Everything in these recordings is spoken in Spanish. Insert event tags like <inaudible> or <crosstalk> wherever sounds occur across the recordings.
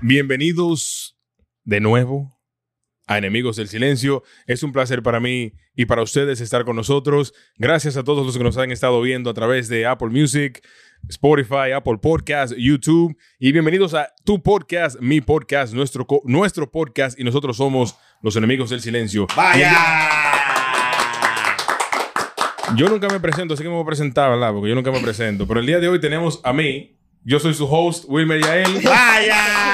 Bienvenidos de nuevo a Enemigos del Silencio. Es un placer para mí y para ustedes estar con nosotros. Gracias a todos los que nos han estado viendo a través de Apple Music, Spotify, Apple Podcast, YouTube. Y bienvenidos a tu podcast, mi podcast, nuestro, co- nuestro podcast. Y nosotros somos los Enemigos del Silencio. ¡Vaya! Yo nunca me presento, así que me voy a presentar, ¿verdad? Porque yo nunca me presento. Pero el día de hoy tenemos a mí. Yo soy su host, Wilmer Yael. ¡Vaya!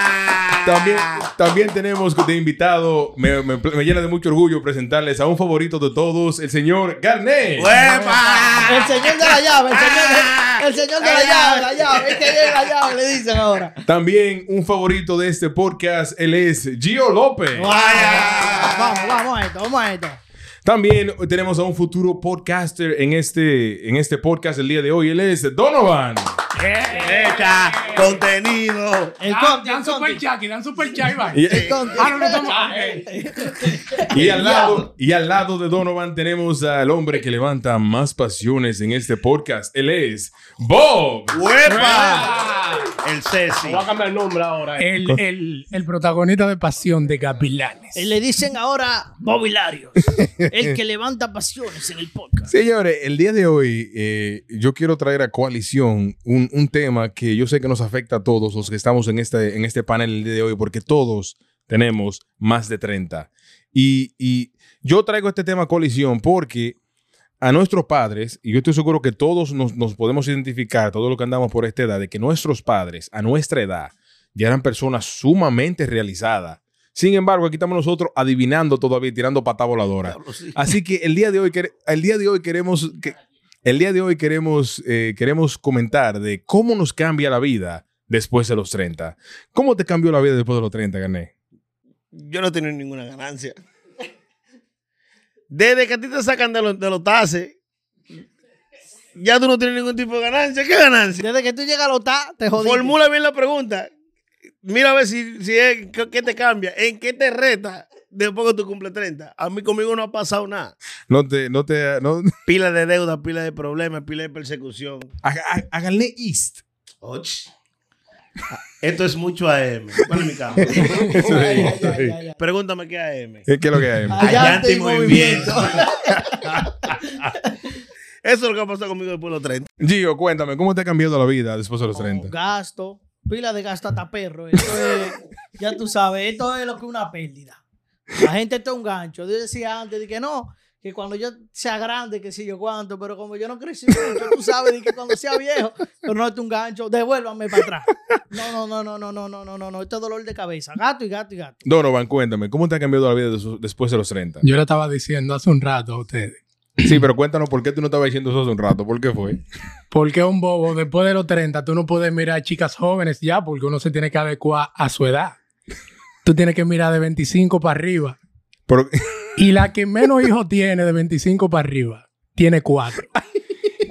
También, también tenemos de invitado, me, me- me llena de mucho orgullo presentarles a un favorito de todos, el señor Garnet. El ¡Hueva! señor de la llave, el señor Ah. de, el señor de la llave, la llave, el que llega la llave, le dicen ahora. También un favorito de este podcast, él es Gio López. ¡Vaya! Vamos, vamos a esto, vamos a esto. También tenemos a un futuro podcaster en este, en este podcast el día de hoy, él es Donovan. ¡Echa! ¡Contenido! El Ah, conti, dan el super conti. chat, aquí, dan super chat, Iván. Y, El conti. Ah, no, no estamos. ah, ok. y al lado, y al lado de Donovan tenemos al hombre que levanta más pasiones en este podcast, él es Bob. ¡Hueva! El Ceci. El, el, el protagonista de Pasión de Gavilanes. Y le dicen ahora Bobby Larios, el que levanta pasiones en el podcast. Señores, el día de hoy eh, yo quiero traer a coalición un, un tema que yo sé que nos afecta a todos los que estamos en este, en este panel el día de hoy, porque todos tenemos más de 30. Y, y yo traigo este tema a coalición porque a nuestros padres, y yo estoy seguro que todos nos, nos podemos identificar, todos los que andamos por esta edad, de que nuestros padres, a nuestra edad, ya eran personas sumamente realizadas. Sin embargo, aquí estamos nosotros adivinando todavía, y tirando pata voladora. Así que el día de hoy, quere- el día de hoy queremos, que, el día de hoy queremos, eh, queremos comentar de cómo nos cambia la vida después de los 30. ¿Cómo te cambió la vida después de los 30, Gané? Yo no he tenido ninguna ganancia. Desde que a ti te sacan de los, de los tases, ya tú no tienes ningún tipo de ganancia. ¿Qué ganancia? Desde que tú llegas a los ta, te jodiste. Formula bien la pregunta. Mira a ver si, si es, qué, qué te cambia. ¿En qué te reta después que tú cumples 30? A mí conmigo no ha pasado nada. No te, no te, no- <laughs> Pila de deuda, pila de problemas, pila de persecución. a, a- a Gané East. Esto es mucho AM. ¿Cuál es mi <laughs> cambio? Eso Ay, es. ay, ay, ay, ay. Pregúntame qué AM. ¿Qué es lo que hay? Allante y movimiento. Eso es lo que ha pasado conmigo después de los 30. Gio, cuéntame, ¿cómo te ha cambiado la vida después de los Con 30? Gasto, pila de gasto hasta perro. Esto <laughs> es, ya tú sabes, esto es lo que es una pérdida. La gente está un gancho. Yo decía antes de que no, que cuando yo sea grande, que sé yo cuánto, pero como yo no crecí mucho, tú sabes de que cuando sea viejo, pero no es un gancho, devuélvame para atrás. No, no, no, no, no, no, no, no, no, no, esto es dolor de cabeza. Gato y gato y gato. Donovan, cuéntame, ¿cómo te ha cambiado la vida de su- después de los 30? Yo le estaba diciendo hace un rato a ustedes. Sí, pero cuéntanos por qué tú no estabas diciendo eso hace un rato. ¿Por qué fue? ¿Por qué un bobo después de los 30 tú no puedes mirar a chicas jóvenes ya? Porque uno se tiene que adecuar a su edad. Tú tienes que mirar de 25 para arriba. Pero- <laughs> Y la que menos hijos <laughs> tiene de 25 para arriba, tiene cuatro.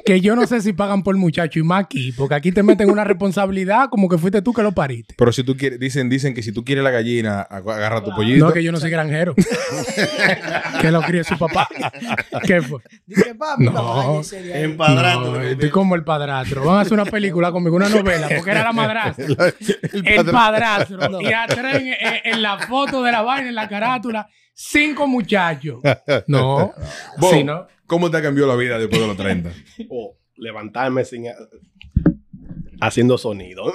Que yo no sé si pagan por muchacho y más aquí, porque aquí te meten una responsabilidad como que fuiste tú que lo pariste. Pero si tú quieres, dicen, dicen que si tú quieres la gallina, ag- agarra tu pollito. No, que yo no soy granjero. <laughs> que lo crié su papá. ¿Qué fue? Dice, papi, No. no, en serio. En padrato. No, eh, estoy como el padrastro. Van a hacer una película conmigo, una novela, porque era <laughs> la madrastra. el, padrastro. <laughs> Y atrás en, en- en la foto de la vaina, en la carátula, cinco muchachos. No. Bo, Sí, ¿no? ¿Cómo te ha cambiado la vida después de los 30? o levantarme sin eh, haciendo sonido. Ah,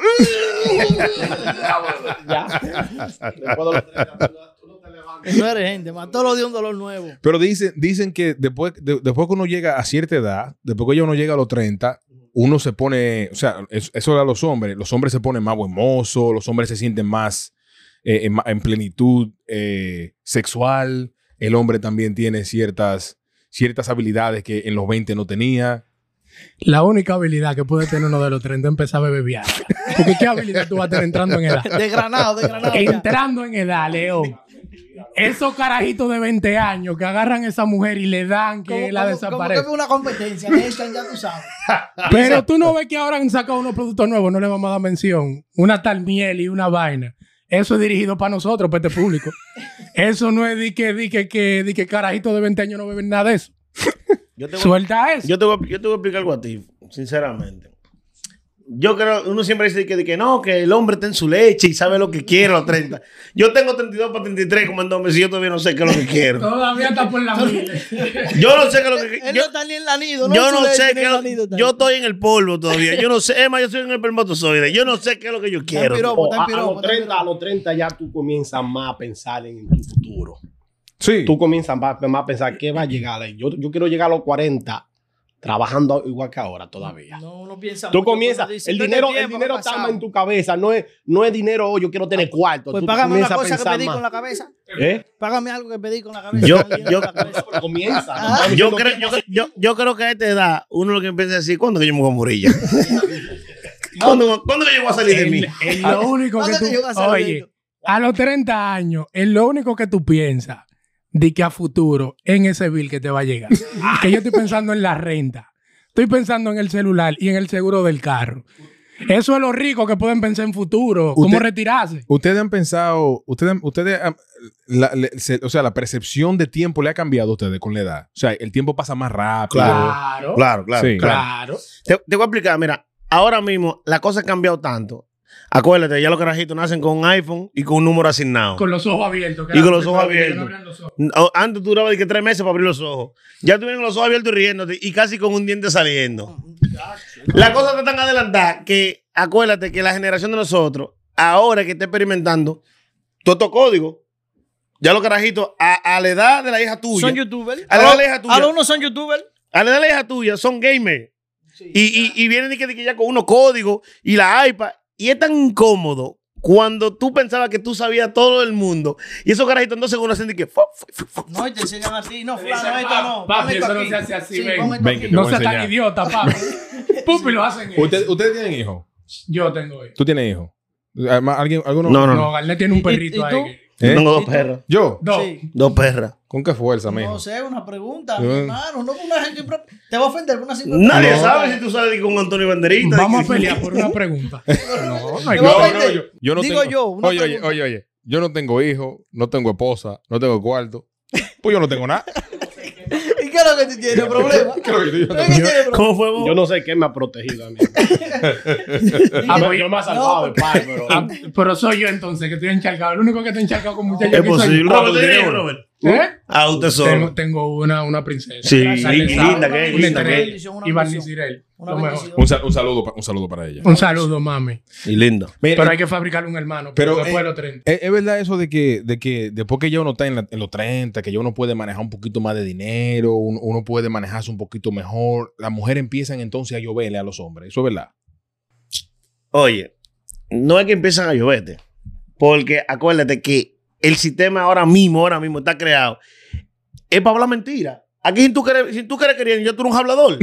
No eres gente, más todo lo dio un dolor nuevo. <laughs> Pero dicen, dicen que después, de- después que uno llega a cierta edad, después que ya uno llega a los 30, uno se pone, o sea, es- eso era los hombres, los hombres se ponen más buen mozo, los hombres se sienten más eh, en, ma- en plenitud eh, sexual, el hombre también tiene ciertas, ciertas habilidades que en los 20 no tenía. La única habilidad que puede tener uno de los 30 es empezar a beber Viagra. Porque qué habilidad tú vas a tener entrando en edad. De granado, <laughs> de granado. ya. Entrando en <laughs> edad, León. Esos carajitos de 20 años que agarran a esa mujer y le dan que Como- la como- Como que desaparece. es una competencia, le echan, ya tú sabes. Pero tú no ves que ahora han sacado unos productos nuevos, no le vamos a dar mención. Una tal miel y una vaina. Eso es dirigido para nosotros, para <laughs> este público. Eso no es di que, di que, que, di que carajito de 20 años no beben nada de eso. Yo te voy a Suelta eso. Yo te, voy a, yo te voy a explicar algo a ti, sinceramente. Yo creo, uno siempre dice que, de que no, que el hombre está en su leche y sabe lo que quiere a los 30. Yo tengo 32 para 33 comandándome si yo todavía no sé qué es lo que <laughs> quiero. Todavía está por la miles. Yo no sé qué es lo que Él yo- no está ni en la nido. yo no sé qué qué. Yo estoy en el polvo todavía. Yo no sé. Es más, yo estoy en el espermatozoide. Yo no sé qué es lo que yo quiero. piropo. O Botan a, Ah, a piropo, los botan 30, piropo. a los 30 ya tú comienzas más a pensar en tu futuro. Sí. Tú comienzas más, más a pensar qué va a llegar. Yo, yo quiero llegar a los 40 trabajando igual que ahora todavía. No, uno piensa. Tú mucho comienzas, cuando dice, el "Tengo dinero, el tiempo, dinero me he está pasado". más en tu cabeza, no es, no es dinero, oh, yo quiero tener cuarto. Pues Tú págame una comienzas a cosa que pensar pedí más. con la cabeza. ¿Eh? <laughs> Págame algo que pedí con la cabeza. Yo- alguien con yo- la <laughs> cabeza. Pero comienza. Ah. no estamos Yo diciendo creo, yo, yo- yo creo que a esta edad uno lo que empieza a decir, ¿cuándo que yo me voy a morir <laughs> ya? ¿Cuándo, cuándo que yo voy a salir de mí? En- en lo único que ¿Cuándo tú. te llegó a hacer Oye, esto? a los 30 años, es lo único que tú piensas de que a futuro en ese bill que te va a llegar. que yo estoy pensando en la renta. Estoy pensando en el celular y en el seguro del carro. Eso es lo rico que pueden pensar en futuro. ¿Cómo Usted- retirarse? Ustedes han pensado, ustedes, han- ustedes, han- la, le- se- o sea, la percepción de tiempo le ha cambiado a ustedes con la edad. O sea, el tiempo pasa más rápido. Claro. Claro, claro. Sí. claro. Claro. Te, te voy a explicar, mira, ahora mismo la cosa ha cambiado tanto. Acuérdate, ya los carajitos nacen con un iPhone y con un número asignado. Con los ojos abiertos. que Y era con lo los primero ojos que yo no abiertos. abría los ojos. O- Antes duraba de que tres meses para abrir los ojos. Ya tuvieron los ojos abiertos y riéndote y casi con un diente saliendo. La cosa está tan adelantada que acuérdate que la generación de nosotros, ahora que está experimentando, todo estos códigos, ya los carajitos, a, a la edad de la hija tuya, Son youtubers. A la aleja tuya. Algunos son youtubers. a la edad de la hija tuya, son gamers. Sí. Y, y, y vienen y que, que ya con unos códigos y la iPad. Y es tan incómodo cuando tú pensabas que tú sabías todo el mundo. Y esos carajitos entonces uno hacen de que... fu- fu- fu- fu- No, y te enseñan a ti. No, Te fulano, dicen, esto no. "Papi, ponme esto eso no aquí". se hace así, Sí, ven. ponme esto Ven que aquí. te No voy a seas tan enseñar. idiota, papi. Pupi lo hacen. eso. ¿Ustedes, ustedes tienen hijos? Yo tengo eso. ¿Tú tienes hijos? Además, ¿Alguien, alguno? No, no, No, Garnet tiene un ¿Y- perrito y tú? ahí. que- ¿Eh? Tengo dos ¿Y tú? perras. ¿Yo? Dos. Sí. Dos perras. ¿Con qué fuerza, mijo? No sé, una pregunta, Yo- mi hermano. No, una gente impro- Te va a ofender una simple Nadie pregunta. sabe si tú sales de que con Antonio Banderita. de Vamos a que- pelear por una <laughs> pregunta. No, no Te va a hay que- No, ofender. no, yo- yo no Digo tengo- yo, una Oye, oye, pregunta. oye, oye. Yo no tengo hijos, no tengo esposa, no tengo cuarto. Pues yo no tengo <laughs> nada. ¿Y qué es lo que tú tienes? ¿Problema? ¿Qué Creo que yo es lo que tengo- tienes, problema? ¿Cómo fue vos? Yo no sé qué me ha protegido a mí. Ah, Pero yo me ha salvado No, el pai, pero. Ah, Pero soy yo entonces que estoy encharcado. El único que está encharcado con muchachos Es aquí soy yo. posible. Robert, ¿tiene hijo, Robert? ¿Eh? Ah, usted Tengo, solo. tengo una, una princesa. Sí, Gracias, lin- Alessandra. linda que es, Una linda que es. estrella. Iván y Cirel. Una Lo mejor. bendición. Un, sal- un saludo, pa- un saludo para ella. Un saludo, mami. Y lindo. Mira, Pero hay que fabricarle un hermano. Pero, Pero eh, después de los 30. ¿Es, es verdad eso de que, de que después que ya uno está en, la- en los 30, que ya uno puede manejar un poquito más de dinero, uno, uno puede manejarse un poquito mejor, las mujeres empiezan entonces a lloverle a los hombres. Eso es verdad. Oye, no es que empiezan a lloverte. Porque acuérdate que el sistema ahora mismo, ahora mismo está creado. Es para hablar mentira. Aquí si tú quieres, si tú quieres querer, yo tú eres un <laughs> hablador.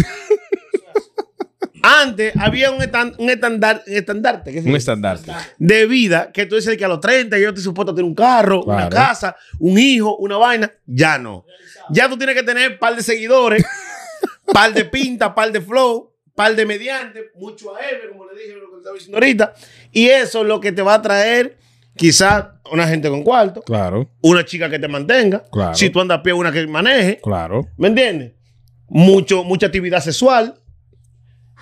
Antes había un, estan- un estandar- estandarte. ¿qué Un se dice? estandarte. de vida que tú dices que a los 30 yo te supuesto tener un carro, una Claro. casa, un hijo, una vaina. Ya no. Ya tú tienes que tener par <laughs> de seguidores, par de pinta, par de flow, par de mediante, mucho AM, como le dije lo que estaba diciendo ahorita. Y eso es lo que te va a traer quizás una gente con cuarto, Claro, una chica que te mantenga, Claro. si tú andas a pie, una que maneje. claro. ¿Me entiendes? Mucho, mucha actividad sexual.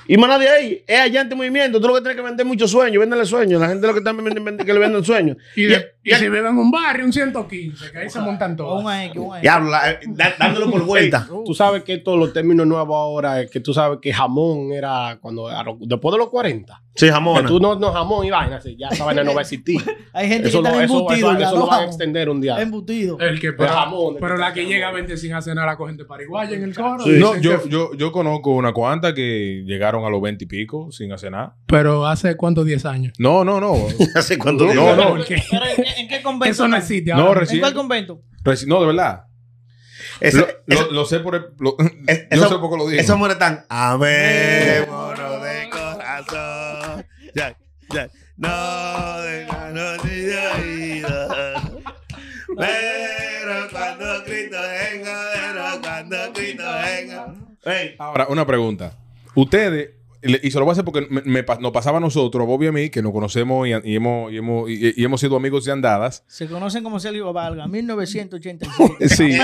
Y más nada de ahí, es allante movimiento. Tú lo que tienes que vender mucho sueño, véndele sueño. La gente lo que está vendiendo, vende- que le venden <laughs> sueño. Y, Ya- de- y si viven en un barrio, un 115, que ahí se montan O todos. un AX, un AX. Diablo, la- eh, da- dándolo por vuelta. Tú sabes que todos los términos nuevos ahora, es que tú sabes que jamón era cuando a lo- después de los 40. Sí, Que jamona. tú <laughs> no, no jamón y vaina, así, ya esa vaina no va a <laughs> existir. Hay gente Eso que lo, está eso, embutido. eso- ya, eso no lo van a vamos. extender un día. Embutido. El que, pero, jamón, pero el que la está que llega a 20 sin hacer nada, la cogen de Paraguay en el coro. Sí. dicen No, que- yo, yo, yo conozco una cuanta que llegaron a los 20 y pico sin hacer nada. Pero hace cuántos 10 años. No, no, <laughs> no. ¿Hace cuánto No, tiempo? no. Porque Pero ¿en qué, en qué convento? eso no están? existe. No, ahora. reci- ¿En cuál convento? Reci- No, de verdad. Esa- Lo, esa- lo- lo sé por el, lo- Es- yo esa- sé poco lo digo. Esos mujeres están. Amémonos de corazón. Ya, ya. No dejanos de oído. Pero cuando Cristo venga, pero cuando Cristo venga. Ey, Ahora, una pregunta. Ustedes, le- y se lo voy a hacer porque me- me pa- nos pasaba a nosotros, a Bobby y a mí, que nos conocemos y, y hemos, y, hemos, y- y hemos sido amigos de andadas. Se conocen como Celio <laughs> Valga, 1987. Sí.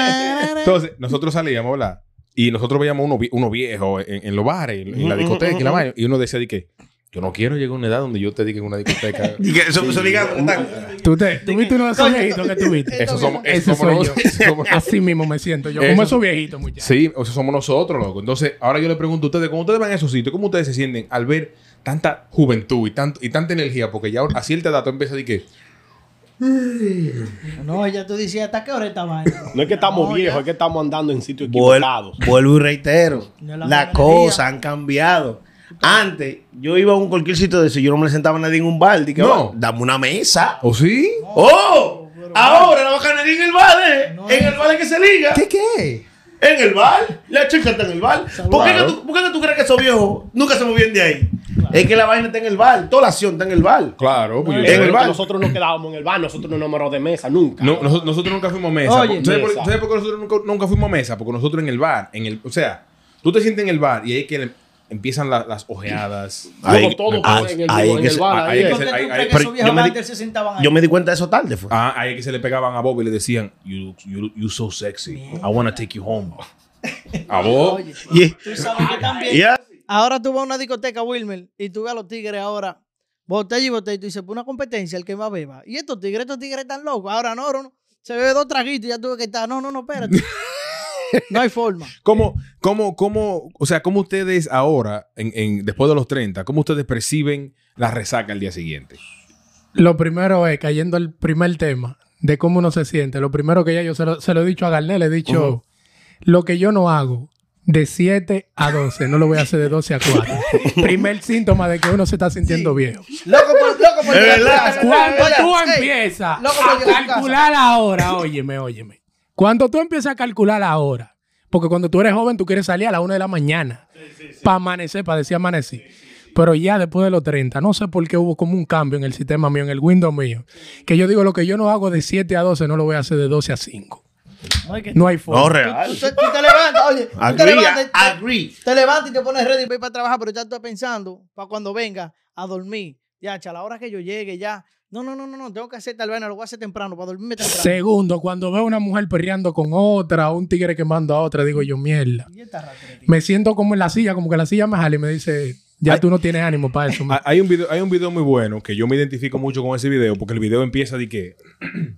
Entonces, nosotros salíamos, ¿verdad? Y nosotros veíamos uno, vie- uno viejo en, en los bares, en, en la Ujú, discoteca y la ujú, vaina. Y uno decía, ¿de qué? Yo no quiero llegar a una edad donde yo te diga en una discoteca. Y que <laughs> eso, eso diga, Tú te, tuviste uno de esos viejitos que tuviste. Eso somos, eso Ese somos soy yo. nosotros. Somos- <laughs> Así mismo me siento yo. Eso- Como esos viejitos, muchachos. sí, o sea, somos nosotros, loco. Entonces, ahora yo le pregunto a ustedes, ¿cómo ustedes van a esos sitios? ¿Cómo ustedes se sienten al ver tanta juventud y, tanto, y tanta energía? Porque ya a cierta edad tú empiezas a decir que... No, ya tú decías, ¿hasta qué hora esta vaina? No es que estamos No, viejos, ya. es que estamos andando en sitios Vuel- equivocados. Vuelvo y reitero. De la Las buena cosas han cambiado. Antes, yo iba a un cualquier sitio de eso. Yo no me sentaba a nadie en un bar. Dije, No. "Va, dame una mesa. ¿O sí? ¡Oh! Ahora la bacanería en el bar, ¿eh? No, en el bar es que se liga. qué? En el bar. La chica está en el bar. ¿Por qué, que Claro. tú, por qué que tú crees que esos viejos nunca se movían de ahí? Es que la vaina está en el bar. Toda la acción está en el bar. Claro, pues yo- En el Pero bar. que Nosotros no quedábamos en el bar, nosotros no números de mesa, nunca. No, nosotros, nosotros nunca fuimos a mesa. Oye. ¿Sabes, Por, Mesa. sabes por qué nosotros nunca, nunca fuimos a mesa? Porque nosotros en el bar, en el, o sea, tú te sientes en el bar y ahí es que le- empiezan la- las ojeadas. Luego todo ah, pasa en el, ahí en que el se- bar. ahí Ahí que ¿Por es. qué tú Ahí- ahí- crees que pero esos yo viejos me di- antes se sentaban ahí? Yo me di cuenta de eso tarde. Fue. Ah, ahí es que se le pegaban a Bob y le decían, you, you, you so sexy. I wanna take you home. A Bob. Oye, Y- tú sabes que también... y- Ahora tú vas a una discoteca, Wilmer, y tú ves a los tigres ahora, botella y botella, y tú dices, pues una competencia, el que más beba. Y estos tigres, estos tigres están locos. Ahora no, no, no. se bebe dos traguitos y ya tuve que estar. No, no, no, espérate. no hay forma. ¿Cómo, cómo, cómo, o sea, cómo ustedes ahora, en, en- después de los 30, cómo ustedes perciben la resaca al día siguiente? Lo primero es, cayendo al primer tema de cómo uno se siente, lo primero que ya yo se lo, se lo he dicho a Garnet, le he dicho, lo que yo no hago de 7 a 12, no lo voy a hacer de 12 a 4. primer síntoma de que uno se está sintiendo viejo. Loco por, loco por Es llegar a tu verdad. casa. Cuando Oye, tú ey, empiezas loco, a voy a llegar a casa. calcular ahora, óyeme, óyeme. Cuando tú empiezas a calcular ahora, porque cuando tú eres joven tú quieres salir a las 1 de la mañana para amanecer, para decir amanecí. Pero ya después de los 30, no sé por qué hubo como un cambio en el sistema mío, en el Windows mío. Que yo digo, lo que yo no hago de 7 a 12, no lo voy a hacer de 12 a 5. No hay que- No hay No, forma. real. Tú, tú te levantas, oye, tú te Agree, levantas, te- agree. te levantas y te pones ready para ir para trabajar, pero ya tú estás pensando para cuando venga a dormir. Ya, a la hora que yo llegue, ya. No, no, no, no, no, tengo que hacer tal vaina, lo voy a hacer temprano, para dormirme temprano. Segundo, cuando veo una mujer perreando con otra, un tigre quemando a otra, digo yo, mierda. Y esta ratería. me siento como en la silla, como que la silla me jala y me dice, ya tú no tienes ánimo para eso. Ah. man". Ha- Ah, Hay un, video, hay un video muy bueno que yo me identifico mucho con ese video porque el video empieza de que. <clears throat>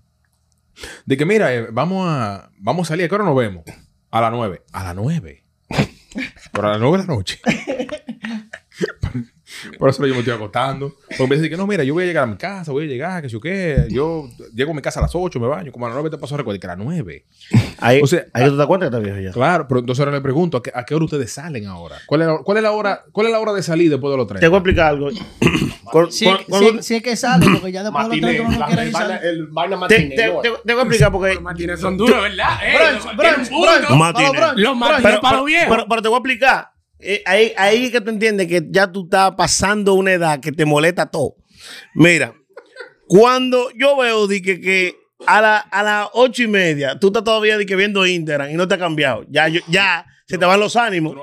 De que, mira, eh, vamos a, vamos a salir. ¿A qué hora nos vemos? A las 9. A las <laughs> 9. Pero a las 9 de la noche. <laughs> Por eso yo me estoy acostando. Porque empieza a decir que no, mira, yo voy a llegar a mi casa, voy a llegar, que si o qué. Yo llego a mi casa a las 8, me baño. Como a las 9 te paso a recordar que a las 9. Ahí, O sea, ahí tú te das cuenta que estás viejo ya. Claro, pero entonces ahora le pregunto, ¿a qué, a qué hora ustedes salen ahora? ¿Cuál es, la, cuál, es la hora, ¿Cuál es la hora de salir después de los 30? Te voy a explicar algo. Con- Si, con- es que- con- si- si es que sale, porque ya después de los Matiné, 30 uno no la- quiere el ir vaina- saliendo. el vaina te, matiné, te- te- oye. te voy a explicar porque. Martínez son duros, ¿verdad? Eh, Brunch, tienen brunch, punto. brunch. Matiné. Vamos, brunch. Los Martínez Pero, para pero, los viejos. pero- pero te voy a explicar. Eh, ahí, ahí es que tú entiendes que ya tú estás pasando una edad que te molesta todo. Mira, cuando yo veo di que, que a las a las ocho y media tú estás todavía di que viendo Instagram y no te ha cambiado, ya, yo- ya se te van los ánimos,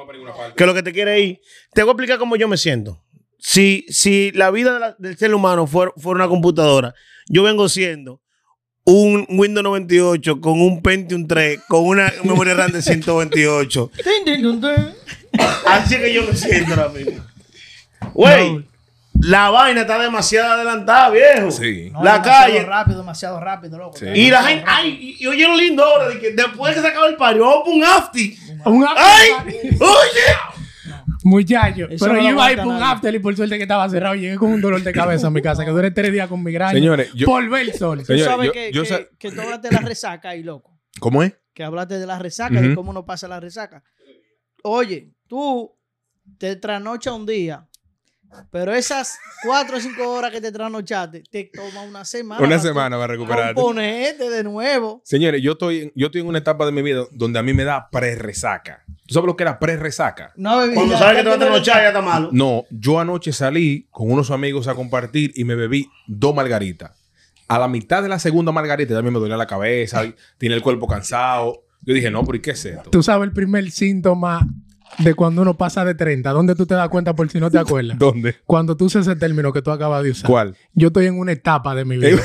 que lo que te quiere ir. Te voy a explicar cómo yo me siento. Si, si la vida de la- del ser humano fuera, fuera una computadora, yo vengo siendo un Windows 98 con un Pentium 3, con una memoria RAM de 128. Tin, tin, tin, tin. Así que yo me siento ahora mismo. Güey, No. la vaina está demasiado adelantada, viejo. Sí. No, la demasiado calle. rápido, demasiado rápido, loco. Sí. Y la gente. Ay, y, y oye lo lindo ahora de que después que se acaba el pario, vamos pa' un after. Un after ¡Ay! party. ¡Oye! Muchacho. Eso pero no lo yo iba a ir aguanta por un nadie. after y por suerte que estaba cerrado. Llegué con un dolor de cabeza a mi casa, que duré tres días con migraña. Señores, yo- Por ver el sol. Tú Señores, sabes yo- que, yo que- sa- que tú hablaste de la resaca ahí, loco. ¿Cómo es? Que hablaste de la resaca, de Ujú. cómo uno pasa la resaca. Oye, tú te trasnochas un día, pero esas cuatro o cinco horas que te trasnochaste, te toma una semana. Una para tú semana para recuperarte. Componerte de nuevo. Señores, yo estoy, en- yo estoy en una etapa de mi vida donde a mí me da pre-resaca. ¿Tú sabes lo que era pre-resaca? No, bebí Cuando ya, sabes que ya te vas a tienes- trasnochar, ya está malo. No, yo anoche salí con unos amigos a compartir y me bebí dos margaritas. A la mitad de la segunda margarita ya a mí me dolía la cabeza, tenía el cuerpo cansado. Yo dije, no, pero ¿y qué es esto? Tú sabes el primer síntoma de cuando uno pasa de 30. ¿Dónde tú te das cuenta por si no te acuerdas? <laughs> ¿Dónde? Cuando tú usas ese término que tú acabas de usar. ¿Cuál? Yo estoy en una etapa de <laughs> mi vida.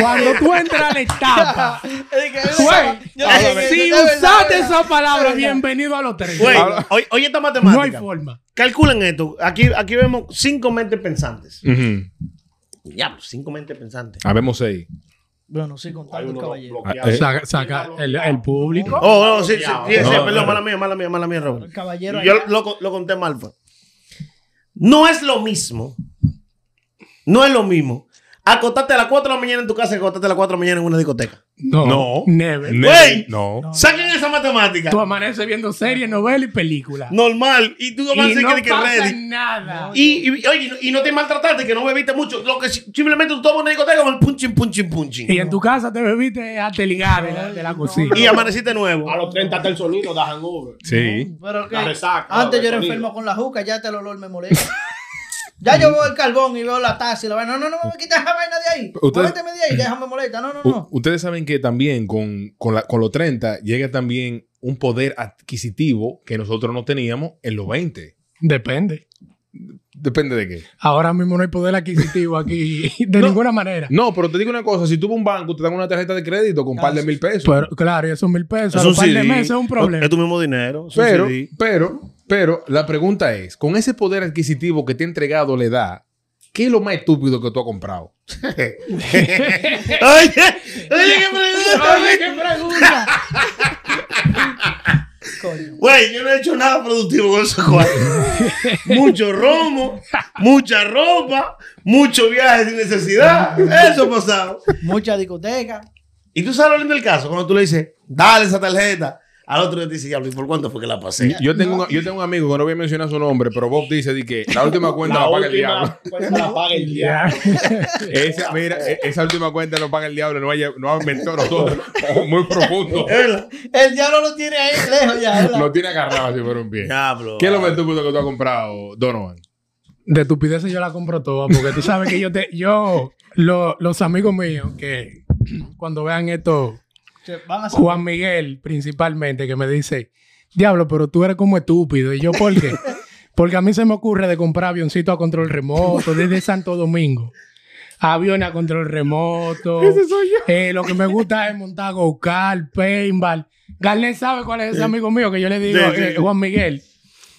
Cuando tú entras a <laughs> la etapa. Güey, si usaste esa palabra, bienvenido a los 30. Güey, Habla- oye, oye esta no hay matemática. forma. Calculen esto. Aquí, aquí vemos cinco mentes pensantes. Ujú. Diablo, cinco mentes pensantes. Habemos seis. Bueno, sí, contando el caballero. Ah, eh. Saca, saca el, el público. Oh, no, sí, sí, sí, sí, No, perdón, no. mala mía, mala mía, mala mía, Robert. El caballero Yo allá. lo, lo conté mal. fue. No es lo mismo. No es lo mismo. Acostarte a las 4 de la mañana en tu casa y acostarte a las 4 de la mañana en una discoteca. No. No. Never. Ne- Güey. No. Saquen esa matemática. Tú amaneces viendo series, novelas y películas. Normal. Y tú y vas a decir no que- que pasa ready. nada. Y, y- oye, y no- y no te maltrataste, que no bebiste mucho. Lo que si- simplemente tú tomas una discoteca con el punchin, punchin, Y punchin. en tu casa te bebiste hasta el hígado de la, de la cocina. Y amaneciste nuevo. A los 30 está el sonido de hangover. Pues Sí. Pero que La resaca, antes la yo era resaca. enfermo con la juca, ya hasta el olor me molesta. ya yo veo el carbón y veo la taza y la vaina. No, no, no, me quites esa vaina de ahí. Ustedes- Muéveteme de ahí, déjame molesta. No, no, U- no. ustedes saben que también con, con, la- con los 30 llega también un poder adquisitivo que nosotros no teníamos en los 20. Depende. Depende de qué. Ahora mismo no hay poder adquisitivo aquí <laughs> de ninguna manera. No, pero te digo una cosa. Si tú vas a un banco, te dan una tarjeta de crédito con un par de mil pesos. Pero claro, y esos mil pesos, Es a los par de CD. meses es un problema. Es tu mismo dinero. es un Pero, <laughs> CD. pero, pero, la pregunta es, con ese poder adquisitivo que te ha entregado la edad, ¿qué es lo más estúpido que tú has comprado? <laughs> Oye, oye, qué pregunta. Oye, qué pregunta. Coño. Güey, yo no he hecho nada productivo con esos cuartos. <laughs> mucho romo, mucha ropa, mucho viaje sin necesidad. Eso ha pasado. Mucha discoteca. Y tú sabes lo lindo del caso, cuando tú le dices, dale esa tarjeta, al otro día te dice, diablo, ¿y por cuánto fue que la pasé? Yo tengo, un, yo tengo un amigo que no voy a mencionar su nombre, pero Bob dice di que la última cuenta la, La paga el diablo. última cuenta la <laughs> paga el diablo. Esa, mira, e- esa última cuenta la paga el diablo, no vaya, no va a inventar nosotros. <laughs> Muy profundo. Es verdad. El diablo lo tiene ahí lejos ya. ¿verdad? Lo tiene agarrado así por un pie. Diablo. ¿Qué es lo más estúpido que tú has comprado, Donovan? De estupideces yo la compro toda, porque tú sabes que yo te, yo, lo- los amigos míos que cuando vean esto, Se van a hacer- Juan Miguel principalmente, que me dice, diablo, pero tú eres como estúpido. Y yo, ¿por <laughs> qué? Porque a mí se me ocurre de comprar avioncito a control remoto desde Santo Domingo. Aviones a control remoto. Eh, lo que me gusta es montar go-kart, paintball. Garnet sabe cuál es ese amigo mío que yo le digo, Sí, sí, eh, sí. Juan Miguel.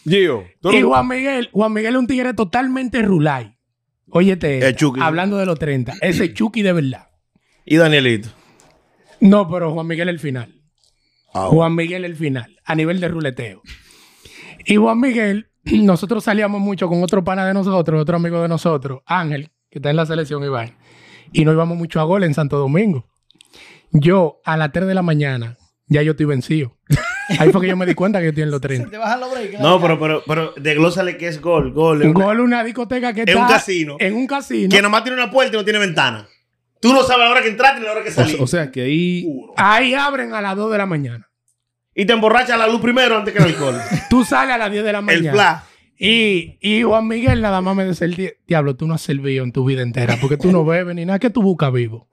Gio, tú Y eres un- Juan Miguel, Juan Miguel es un tigre totalmente rulay. Óyete, El esta, Chucky. hablando de los 30, ese Chucky de verdad. Y Danielito. No, pero Juan Miguel el final. Ah, Juan Miguel el final, a nivel de ruleteo. Y Juan Miguel, <clears throat> nosotros salíamos mucho con otro pana de nosotros, otro amigo de nosotros, Ángel, que está en la selección Iván. Y nos íbamos mucho a gol en Santo Domingo. Yo, a las 3 de la mañana, ya yo <laughs> estoy vencido. Ahí fue que yo me di cuenta que yo estoy en los Se 30. te bajan los breaks. No, pero, pero, pero, desglósale que es gol, gol. es Un una- gol, una discoteca que En está... un casino. En un casino. Que nomás tiene una puerta y no tiene ventana. Tú no sabes la hora que entraste ni la hora que o, saliste. o sea, que ahí... Ahí abren a las 2 de la mañana. y te emborracha la luz primero antes que el <laughs> alcohol. Tú sales a las 10 de la mañana. el flash. Y, y Juan Miguel nada más me decía, el di- diablo, tú no has servido en tu vida entera porque tú <laughs> no bebes ni nada que tú buscas vivo.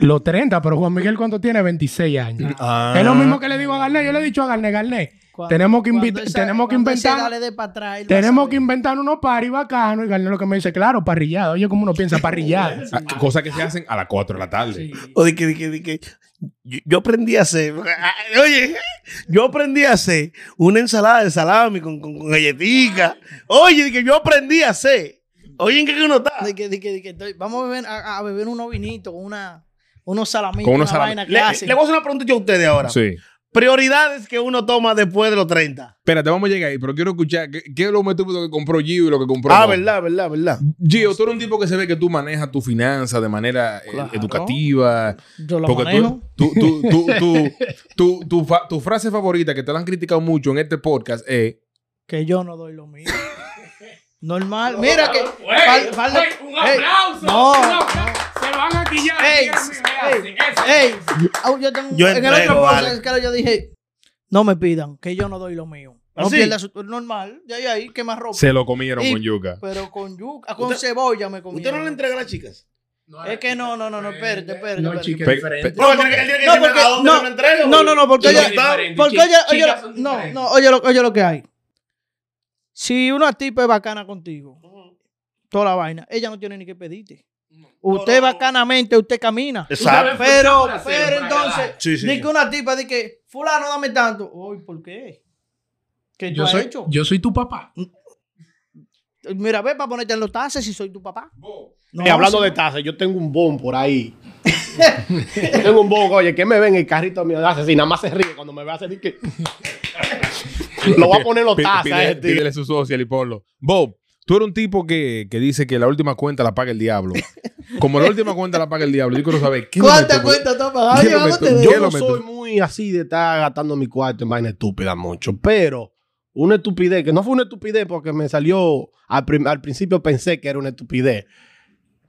Los 30, pero Juan Miguel cuánto tiene 26 años. Es lo mismo que le digo a Garnet, yo le he dicho a Garnet, Garnet, Cuando- tenemos que, cuando invita- esa- tenemos que cuando ese inventar... dale de pa' atrás, él va a Tenemos saber. que inventar unos paris bacanos y Garnet lo que me dice, claro, parrillada. Oye, como uno piensa parrillada. <laughs> a- Ah, Cosas que se hacen a las 4 de la tarde. O de que, de que, de que. Yo, yo aprendí a hacer. <laughs> Oye, yo aprendí a hacer una ensalada de salami con, con, con galletica. Oye, de que yo aprendí a hacer. Oye, ¿en qué que uno está? De que- de que- de que estoy- vamos a beber, a, a beber unos vinitos, una, unos salamitos, Con unos una salami- vaina que Le, hacen. le voy a hacer una pregunta yo a ustedes ahora. Sí. Prioridades que uno toma después de los 30. Espérate, vamos a llegar ahí, pero quiero escuchar qué, qué es lo más estúpido que compró Gio y lo que compró. Ah, Donovan? verdad, verdad, verdad. Gio, tú eres un tipo que se ve que tú manejas tu finanza de manera eh, Claro. educativa. Yo lo Porque manejo. tú, tú, tú, tú, <laughs> tú- tú- tu, fa- tu frase favorita que te la han criticado mucho en este podcast es Que yo no doy lo mío. Normal. Mira que. fal- falta- Ey, No. Se van a quillar. Ey, ey, ey. Ah, Yo tengo- Yo en el entrego, otro vale. podcast, claro, yo dije: No me pidan, que yo no doy lo mío. No ¿Ah, sí? pierdas su- normal. Ya ahí, ahí, que más ropa. se lo comieron Y- con yuca. Pero con yuca, ah, con Usted- cebolla me comí. ¿Usted no le entrega a las chicas? Es que no, no, no, no, espérate, espérate. No, espérate. chica, Pe- diferente. pe- No, él tiene que- él tiene que No, decirme porque- a dónde no, yo lo entrego. No, no, no, porque Y oye, lo que está- porque Chi- oye, oye, chicas son no, diferentes. no, oye lo, oye lo que hay. Si una tipa es bacana contigo, toda la vaina, ella no tiene ni que pedirte. Usted bacanamente, usted camina. Exacto. Pero, Ahora sí, pero para entonces, Sí, sí. di que una tipa di que, fulano, dame tanto. Uy, ¿por qué? ¿Qué tú Yo has soy, hecho? yo soy tu papá. Mira, ve para ponerte en los taxes si soy tu papá. No, Eh, hablando sí. de tazas, yo tengo un bon por ahí. <laughs> Yo tengo un bon, oye, que me ven el carrito mío de asesina, nada más se ríe cuando me ve hacer y que. <laughs> Lo voy a poner en los Pí- tazas pídele- a este. Pídele su social y ponlo. Bob, tú eres un tipo que, que dice que la última cuenta la paga el diablo. Como la última cuenta la paga el diablo, yo quiero saber. ¿qué ¿Cuántas momento- cuentas tú has pagado? ¿Qué Yo momento- háblate de- yo- Yo no lo meto. soy muy así de estar gastando mi cuarto en vaina estúpida mucho, pero una estupidez, que no fue una estupidez porque me salió, al, prim- al principio pensé que era una estupidez.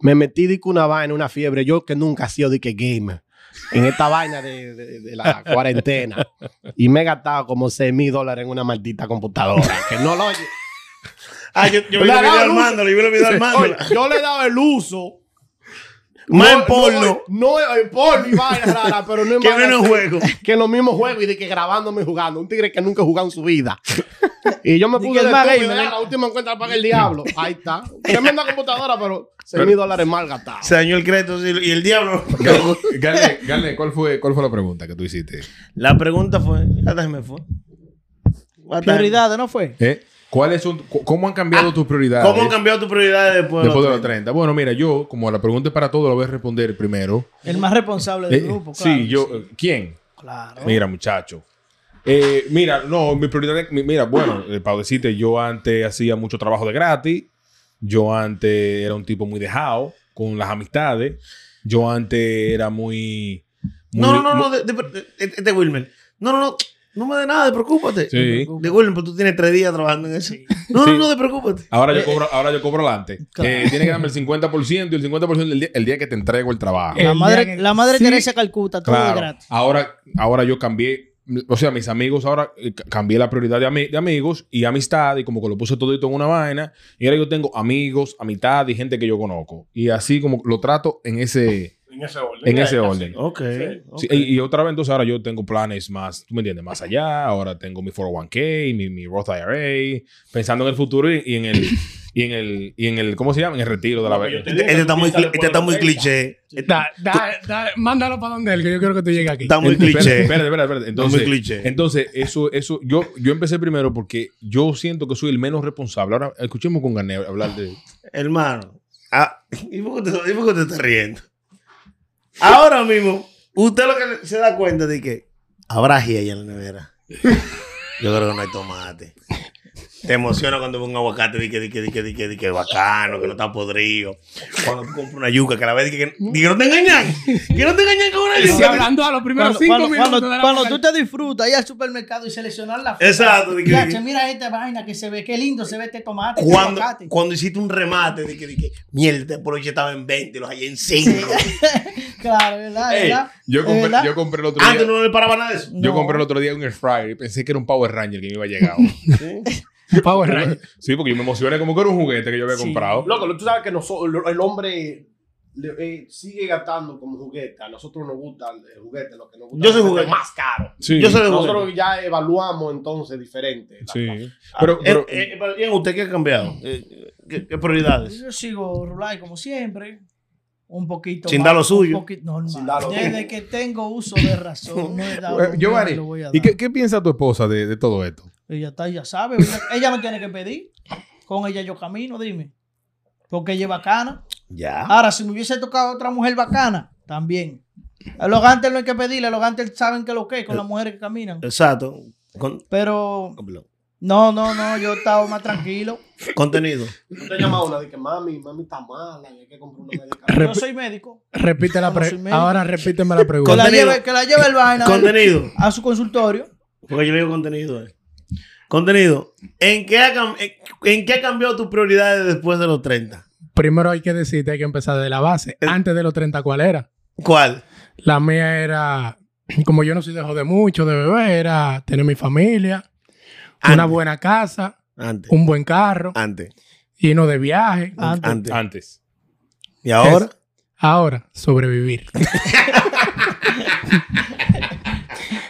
Me metí de que una vaina, una fiebre, yo que nunca he sido de que gamer, en esta vaina de, de- de la cuarentena. Y me he gastado como 6 mil dólares en una maldita computadora, que no lo... Ah, yo, yo vi el Le ha video dado luz. armándolo, yo vi el video Oye, armándolo. yo le he dado el uso. Más No- en porno No, no en porno y vaina <laughs> rara, pero no en que no vaina en el así. juego. que en los mismos juegos y de que grabándome y jugando. Un tigre que nunca ha jugado en su vida. Y yo me Di puse que de es más estúpido, gamer, ya, ¿eh? la última encuentra para el diablo. Ahí está. Tremenda computadora, pero 6 mil dólares mal gastados. Se dañó el crédito sí, y el diablo. Garle, Garle, Garle, ¿cuál, fue, ¿cuál fue la pregunta que tú hiciste? La pregunta fue, ya se me fue. What the- Prioridades, ¿no fue? ¿Eh? ¿Cuáles son, cu- ¿Cómo han cambiado tus prioridades? Ah, ¿Cómo han cambiado tus prioridades después? de Después de los los 30. Bueno, mira, yo, como la pregunta es para todos, la voy a responder primero. El más responsable del Eh, grupo, claro. sí, yo. ¿Quién? Claro. Mira, muchacho. Eh, mira, no, mi prioridad es- mi- Mira, bueno, eh, para decirte, yo antes hacía mucho trabajo de gratis. Yo antes era un tipo muy dejado con las amistades. Yo antes era muy. muy- No, no, no, muy- no, de, de, de- de- de Wilmer. No, no, no, no me de nada, de preocúpate. Sí. De Wilmer, pues tú tienes tres días trabajando en eso. No, Sí. no, no, de preocúpate. Ahora yo eh. cobro, ahora yo cobro adelante. Claro. Eh, tiene que darme el 50% y el 50% el día, el día que te entrego el trabajo. Eh, La El madre, día que- la madre Sí. Teresa de Calcuta, todo de Claro. gratis. Ahora, ahora yo cambié. O sea, mis amigos ahora eh, ca- cambié la prioridad de, ami- de amigos y amistad y como que lo puse todito en una vaina. Y ahora yo tengo amigos, amistad y gente que yo conozco. Y así como lo trato en ese, En ese orden. en ese orden. Ok. Sí, y, y otra vez, entonces ahora yo tengo planes más, tú me entiendes, más allá. Ahora tengo mi 401k, mi, mi Roth IRA, pensando en el futuro y, y en el, y en el, y en el, ¿cómo se llama? En el retiro de la No, yo te- vez. Este, este está muy, cli- este está muy cliché. Da- da- da- mándalo para donde él, que yo quiero que tú llegues aquí. Está muy Espérate, cliché. Espérate, espérate, espérate. Entonces, muy cliché. entonces eso, eso, yo, yo empecé primero porque yo siento que soy el menos responsable. Ahora escuchemos con Gané hablar de. Hermano, ah, ¿y por qué te- y por qué te estás riendo? Ahora mismo, usted lo que se da cuenta de que habrá ají allá en la nevera. Yo creo que no hay tomate. Te emociona cuando ves un aguacate, di que, di que, di que, di que, di que bacano, que no está podrido. Cuando tú compras una yuca, que a la vez di que, di que no te engañan, que no te engañan con una Estoy yuca. hablando a los primeros Cuando, 5 cuando, minutos. cuando, de la cuando tú conversación. te disfrutas ir al supermercado y seleccionar la fruta. Exacto, di que- Ya, che, mira esta vaina que se ve, qué lindo se ve este tomate. este Cuando, aguacate. cuando hiciste un remate, di que, di que, mierda, por hoy estaba en 20, los hallé en 5. Claro, ¿verdad? Ey, ¿verdad? yo, ¿Es compré, verdad? yo compré el otro día. Antes Ah, no le paraba nada de eso. Yo No. compré el otro día un air fryer y pensé que era un Power Ranger que me iba a llegar. Power Ranger. sí, porque yo me emocioné como que era un juguete que yo había Sí. comprado. Loco, tú sabes que nosotros, el hombre le- eh, sigue gastando como juguete. A nosotros nos gustan los juguetes, lo que nos gusta Yo soy es juguete. más caro. Sí. Yo soy de juguete. Nosotros ya evaluamos entonces diferente. las Sí. cosas. Pero, pero- Eh, eh, pero, bien, ¿usted qué ha cambiado? Eh, ¿Qué, qué prioridades? Yo sigo Rulay como siempre. Un poquito. Sin más, dar lo suyo. Un poquito normal. Sin dar lo Desde que tengo uso de razón. No he dado eh, un Giovanni, lo voy a ¿y dar. qué, qué piensa tu esposa de, de todo esto? Ella está, ya sabe. Ella, ella me tiene que pedir. Con ella yo camino, dime. Porque ella es bacana. Ya. Ahora, si me hubiese tocado otra mujer bacana, también. A los gantes no hay que pedirle, a los gantes saben que lo que es con las mujeres que caminan. eh, Exacto. Con- Pero no, no, no, yo he estado más tranquilo. contenido. <laughs> Tú te llamas a una de que mami, mami está mala y hay que comprar una de caro. Yo Rep- soy médico. repite la Yo no pre- soy médico. Ahora repíteme la Que pregunta. la, Contenido. lleve, que la lleve el vaina Contenido. a su consultorio. Porque yo le digo contenido. eh. Contenido. ¿En qué, ha, cam- en, en qué ha cambiado tus prioridades después de los 30? Primero hay que decirte, hay que empezar de la base. Eh. Antes de los 30, ¿cuál era? ¿Cuál? La mía era, como yo no soy de joder mucho, de bebé, era tener mi familia, una Antes. buena casa, Antes. un buen carro, Antes. lleno de viaje. Antes. Antes. Antes. ¿Y ahora? <laughs> Ahora, sobrevivir.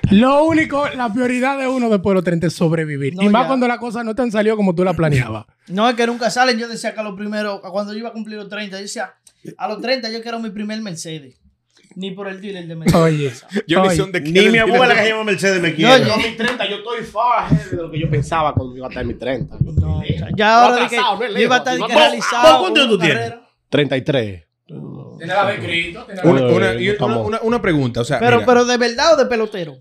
Lo único, la prioridad de uno después de los 30 es sobrevivir. No, y más ya. cuando las cosas no te han salido como tú la planeabas. No, es que nunca salen. Yo decía que a los primeros, cuando yo iba a cumplir los 30, yo decía, a los 30 yo quiero mi primer Mercedes. Ni por el dealer de Mercedes. Oye. Yo ni oye. sé dónde Ni queda mi el- abuela que se llama Mercedes me No, quiere. yo- Yo a mis 30, yo estoy far ahead de lo que yo pensaba cuando iba a estar en mis 30. Yo No, estoy lejos. ya ahora de que Atrasado, no es yo iba a lejos. estar de que Vos- realizado. vos, ¿cuánto con tú una tienes? carrera. 33. <laughs> Una, Oye, una- y no una- estamos- una- una pregunta, o sea, Pero, mira, pero de verdad o de pelotero.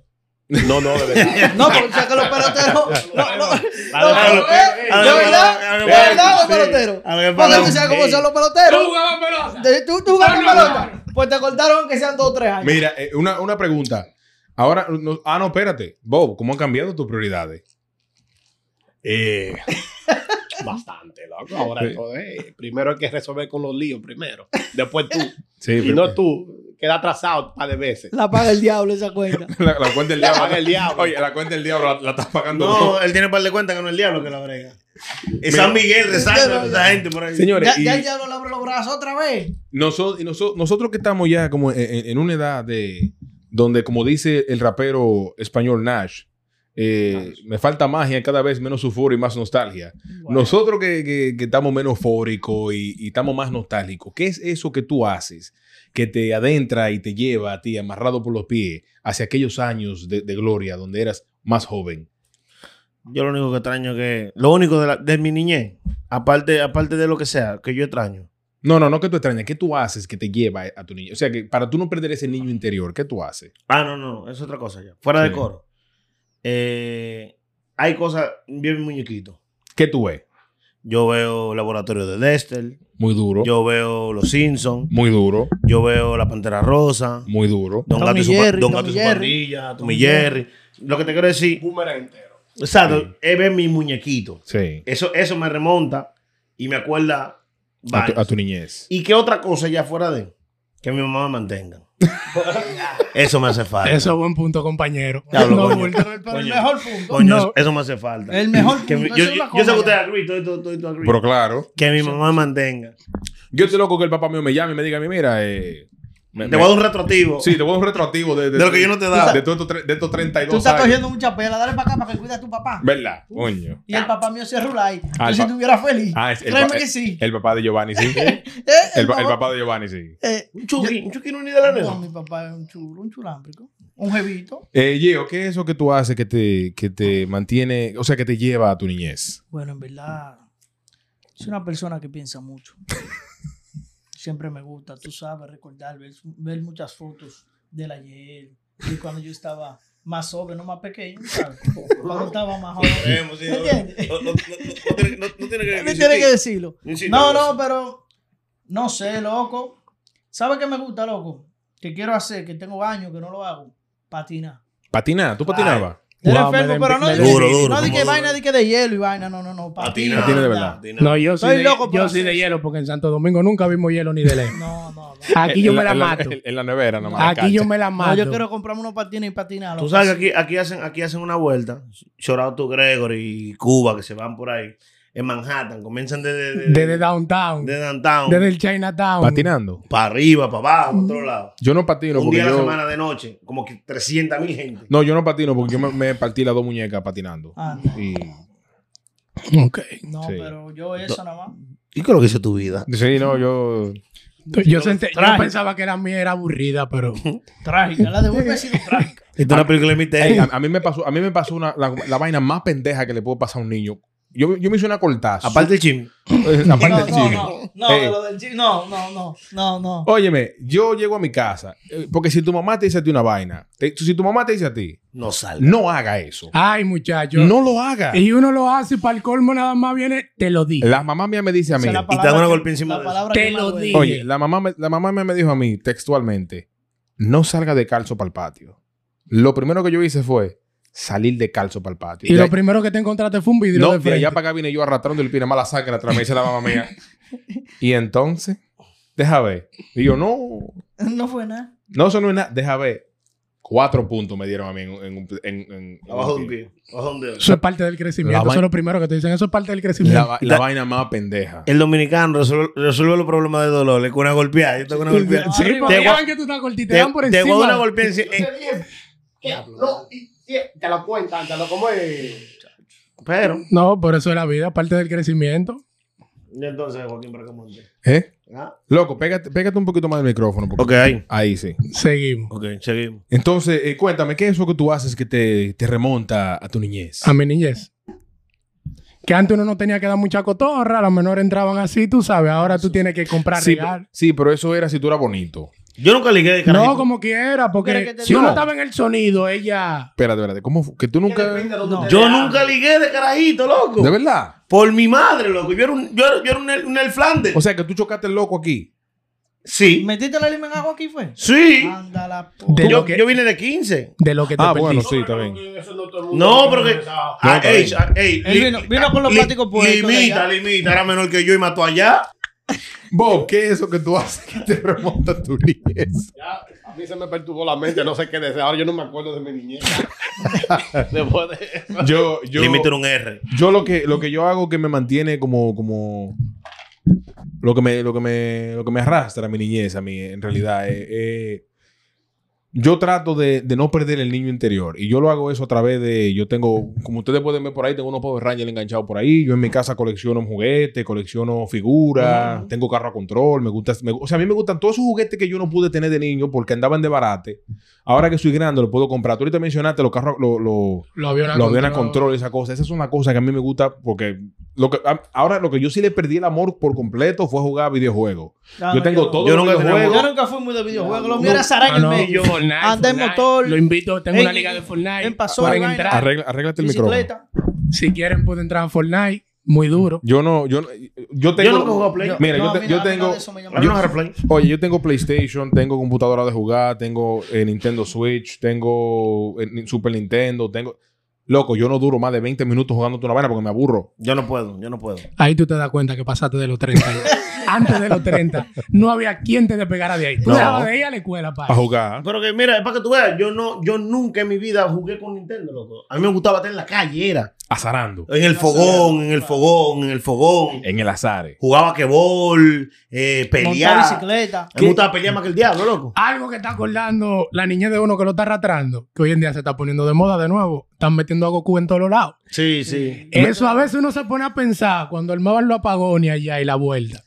No, no, de verdad. <laughs> No, porque o sea que los peloteros. No, no, eh, A ver, a ver, a ver, ¿De a ver, a ver, verdad? ¿De a ver, verdad los sí. peloteros? A ver, Porque tú vamos. sabes cómo Ey. son los peloteros. jugabas pelota. De- ¿Tú, tú jugaste No, no, pelota? Pues te cortaron que sean dos o tres años. mira, eh, una, una pregunta. Ahora, no- ah, no, espérate. Bob, ¿cómo han cambiado tus prioridades? Eh, bastante, loco. Ahora Sí. esto es, primero hay que resolver con los líos primero. Después tú. Sí, y pero- no tú. Queda atrasado un par de veces. La paga el diablo esa cuenta. la, la cuenta del diablo. Paga el diablo. Oye, la cuenta del diablo la, la estás pagando. No, vos. él tiene un par de cuentas que no es el diablo que la brega. Es San <laughs> Miguel rezando a esa gente por ahí. Señores, Ya, y- ya el diablo le abre los brazos otra vez. Nosotros, y noso- nosotros que estamos ya como en, en- en una edad de donde, como dice el rapero español Nash, eh, me falta magia cada vez menos suforo y más nostalgia. Nosotros que, que- que estamos menos eufóricos y, y estamos más nostálgicos, ¿qué es eso que tú haces que te adentra y te lleva a ti amarrado por los pies hacia aquellos años de, de gloria donde eras más joven? Yo lo único que extraño que. Lo único de, la- de mi niñez, aparte, aparte de lo que sea, que yo extraño. No, no, no que tú extrañas. ¿Qué tú haces que te lleva a tu niño? O sea, que para tú no perder ese niño interior, ¿qué tú haces? Ah, no, no, es otra cosa ya. Fuera Sí. de coro. Eh, hay cosas bien muñequito. ¿Qué tú ves? Yo veo Laboratorio de Dexter, Muy duro. yo veo Los Simpsons, Muy duro. yo veo La Pantera Rosa, Muy duro. Don Tom Gato y y su, pa- Jerry, Don Tom Gato y y su Jerry. pandilla, Tom Tom y y Jerry. Lo que te quiero decir, Boomerang entero. exacto, es ver mi muñequito. Sí. Eso, eso me remonta y me acuerda A tu, varios. a tu niñez. ¿Y qué otra cosa ya fuera de? Que mi mamá me mantenga. eso me hace falta. Eso es buen punto, compañero. Diablo, no, coño. bulto. Pero el Coño. mejor punto. Coño, No. eso me hace falta. El mejor Que mi- punto. yo, eso es yo- una yo sé cosa que usted ya. agree, todo, todo, todo, todo agree. Pero claro. Que mi mamá mantenga. Yo estoy loco que el papá mío me llame y me diga, a mí, mira, eh, me- Te me- voy a dar un retroactivo. Sí, te voy a dar un retroactivo de, De lo que yo no te he dado. De, todos estos tre- de estos 32 Tú estás años. cogiendo mucha pela. Dale para acá para que cuide a tu papá. ¿Verdad? Coño. Y el papá mío se rula ahí. Ah, Yo el si pa- estuviera feliz. Ah, es el, Créeme pa- que sí. el papá de Giovanni, <laughs> sí. Eh, el, pa- el papá- papá de Giovanni, sí. eh, Un chuqui, un chuqui no es ni de la no, nena. mi papá es un chulo, un chulámbrico. Un jevito. Eh, Gio, ¿qué es eso que tú haces que te, que te mantiene, o sea, que te lleva a tu niñez? Bueno, en verdad, soy una persona que piensa mucho. Siempre me gusta, tú sabes, recordar, ver, ver muchas fotos del ayer, de cuando yo estaba más sobre, no más pequeño, ¿sabes? Cuando estaba más joven. Vemos, sí, ¿Me no- entiendes? no- no- no tiene- no- no tiene que Él tiene que decirlo. Insiste, No, no, Gonzalo. pero no sé, loco. ¿Sabes qué me gusta, loco? Que quiero hacer, que tengo años que no lo hago. Patinar. Patinar, ¿tú patinabas? Era Wow, me enfermo, dem- pero no me de, duro, duro, no de como que duro. vaina, de que de hielo y vaina. No, no, no. Patina. Patina. Patina de verdad. No, yo soy, Estoy de, loco por yo soy hacer de eso. hielo porque en Santo Domingo nunca vimos hielo ni de <laughs> lejos. No, no, no. Aquí yo En me la en mato. En, en la nevera, nomás. en la Aquí yo cancha. me la No, mato. yo quiero comprarme unos patines y patinar. Tú loco. sabes que aquí, aquí, hacen, aquí hacen una vuelta. Chorado tu Gregory y Cuba que se van por ahí. En Manhattan. Comienzan desde de, Desde downtown. de downtown. Desde el Chinatown. Patinando. Para arriba, para abajo, para otro lado. Yo no patino Un porque día a la yo... semana de noche. Como que 300 mil gente. No, yo no patino porque yo me, me partí las dos muñecas patinando. Ah. Anda. Y... Ok. No, Sí. pero yo eso nada más. ¿Y qué es lo que hizo tu vida? Sí, no, yo... Yo, senté- yo Traje. pensaba que la mía era <laughs> aburrida, pero. Trágica, la de un vecino <laughs> trágica. Esta es una película de Ey, misterio. a, a mí me pasó, a mí me pasó una, la, la vaina más pendeja que le puede pasar a un niño. Yo, yo me hice una cortaza. Aparte el chimi. <laughs> Aparte No, del no, chicle. no, no, Ey. Eh. de lo del chi- no, no, no, no, no. Óyeme, yo llego a mi casa. eh, Porque si tu mamá te dice a ti una vaina, te- si tu mamá te dice a ti, No sale. no haga eso. Ay, muchacho. No lo haga. Y uno lo hace y para el colmo nada más viene, te lo dije. La mamá mía me dice a Esa mí. es la te dan palabra una que- golpe encima la de eso. palabra Te que lo más duele. digo. Oye, la mamá, me- la mamá mía me dijo a mí textualmente: no salga de calzo para el patio. Lo primero que yo hice fue salir de calzo para el patio. Y De lo ahí- primero que te encontraste fue un vidrio No, de de frente. allá para acá vine yo arrastrando el pina mala sangre atrás. Me dice la mamá <laughs> mía. Y entonces, deja ver. Digo, no, <laughs> No fue nada. no, eso no es nada. Deja ver. Cuatro puntos me dieron a mí en, en un- en- en- en Abajo de un un pie. pie. Abajo de un dedo. Eso es parte del La crecimiento. vai- Eso es lo primero que te dicen. Eso es parte del La, crecimiento. va- la vaina más pendeja. El dominicano resuelve, resuelve los problemas de dolor. Le con una golpeada. Yo tengo una golpeada. Sí, Arriba. porque Te Ah, ya gua- ven que tú estás cortita, Te, te dan por te voy a dar una encima. golpeada. en- en- No, y- y- te lo cuentan, te lo como es. Pero. No, por eso es la vida, parte del crecimiento. Y entonces, Joaquín, para que monte. ¿Eh? Ah. Loco, pégate, pégate un poquito más del micrófono. porque- Ok, ahí. Ahí sí. Seguimos. Ok, seguimos. Entonces, eh, cuéntame, ¿qué es eso que tú haces que te, te remonta a tu niñez? A mi niñez. Que antes uno no tenía que dar mucha cotorra, las menores entraban así, tú sabes. Ahora tú tienes que comprar sí, regal. pe- sí, pero eso era si tú eras bonito. Yo nunca ligué de carajito. No, como quiera, Pero porque que te si digo- uno estaba en el sonido, ella. Espérate, espérate. ¿Cómo fu- que tú nunca... ¿De No. Yo nunca ligué de carajito, loco. verdad? Por mi madre, loco. Yo era un, yo era, yo era un, el- un el Flanders. O sea, que tú chocaste el loco aquí. sí. ¿Metiste la lima en agua aquí fue? Sí. Anda la p- De lo Yo, que, yo vine de 15. de lo que te Ah, bueno, perdiste. sí, está bien. No, pero que. Ah, está ey, bien. ah, ey, Él li- vino- vino con los li- pláticos puestos de Limita, allá. limita. Era menor que yo y mató allá. Bob, ¿qué es eso que tú haces que te remonta a tu niñez? Ya, a mí se me perturbó la mente, no sé qué decir. Ahora yo no me acuerdo de mi niñez. Después de eso. Yo, yo, Limita era un R. yo lo que lo que yo hago que me mantiene como como lo que me lo que me lo que me arrastra a mi niñez a mí en realidad eh, eh, yo trato de, de no perder el niño interior y yo lo hago eso a través de yo tengo como ustedes pueden ver por ahí tengo unos Power Rangers enganchados por ahí yo en mi casa colecciono juguetes colecciono figuras tengo carro a control me gusta me- o sea a mí me gustan todos esos juguetes que yo no pude tener de niño porque andaban de barate ahora que soy grande lo puedo comprar tú ahorita mencionaste los carros los- los Los aviones a los aviones a control, esa cosa. Esa es una cosa que a mí me gusta porque lo que, a- ahora lo que yo sí le perdí el amor por completo fue jugar videojuegos. Ya, yo Ah, no, tengo no. todo. Yo nunca tenía Yo nunca fui muy de videojuegos. Lo mío era Sarang Ah, en no, medio. Fortnite, Anda en Fortnite. motor. Lo invito, tengo En- una liga de Fortnite. en pasola, Pueden vaina. entrar. Arregla- arréglate el micrófono. Bicicleta. Si quieren, pueden entrar a Fortnite. Muy duro. Yo no, yo no, yo tengo. Yo nunca jugué a Play. No, Mira, no, yo, a te- mí yo no- a mí tengo. nada de eso me llama. Yo no era Play. Oye, yo tengo PlayStation, tengo computadora de jugar, tengo eh, Nintendo Switch, tengo eh, ni- Super Nintendo, tengo. Loco, yo no duro más de 20 minutos jugando una vaina porque me aburro. Yo no puedo, yo no puedo. Ahí tú te das cuenta que pasaste de los 30. ya. Antes de los 30, no había quien te despegara de ahí. Tú No. dejabas de ir a la escuela, pa. A jugar. Pero que mira, es para que tú veas, yo no, yo nunca en mi vida jugué con Nintendo, loco. A mí me gustaba estar en la calle, era. Azarando. En el fogón, en el fogón, en el fogón. En el azar. eh. Jugaba quebol, eh, Montar pelear. bicicleta. Me gustaba pelear más que el diablo, loco. Algo que está acordando la niña de uno que lo está arrastrando, que hoy en día se está poniendo de moda de nuevo. Están metiendo a Goku en todos lados. Sí, sí. Eso a veces uno se pone a pensar cuando armaban los apagones allá y la vuelta.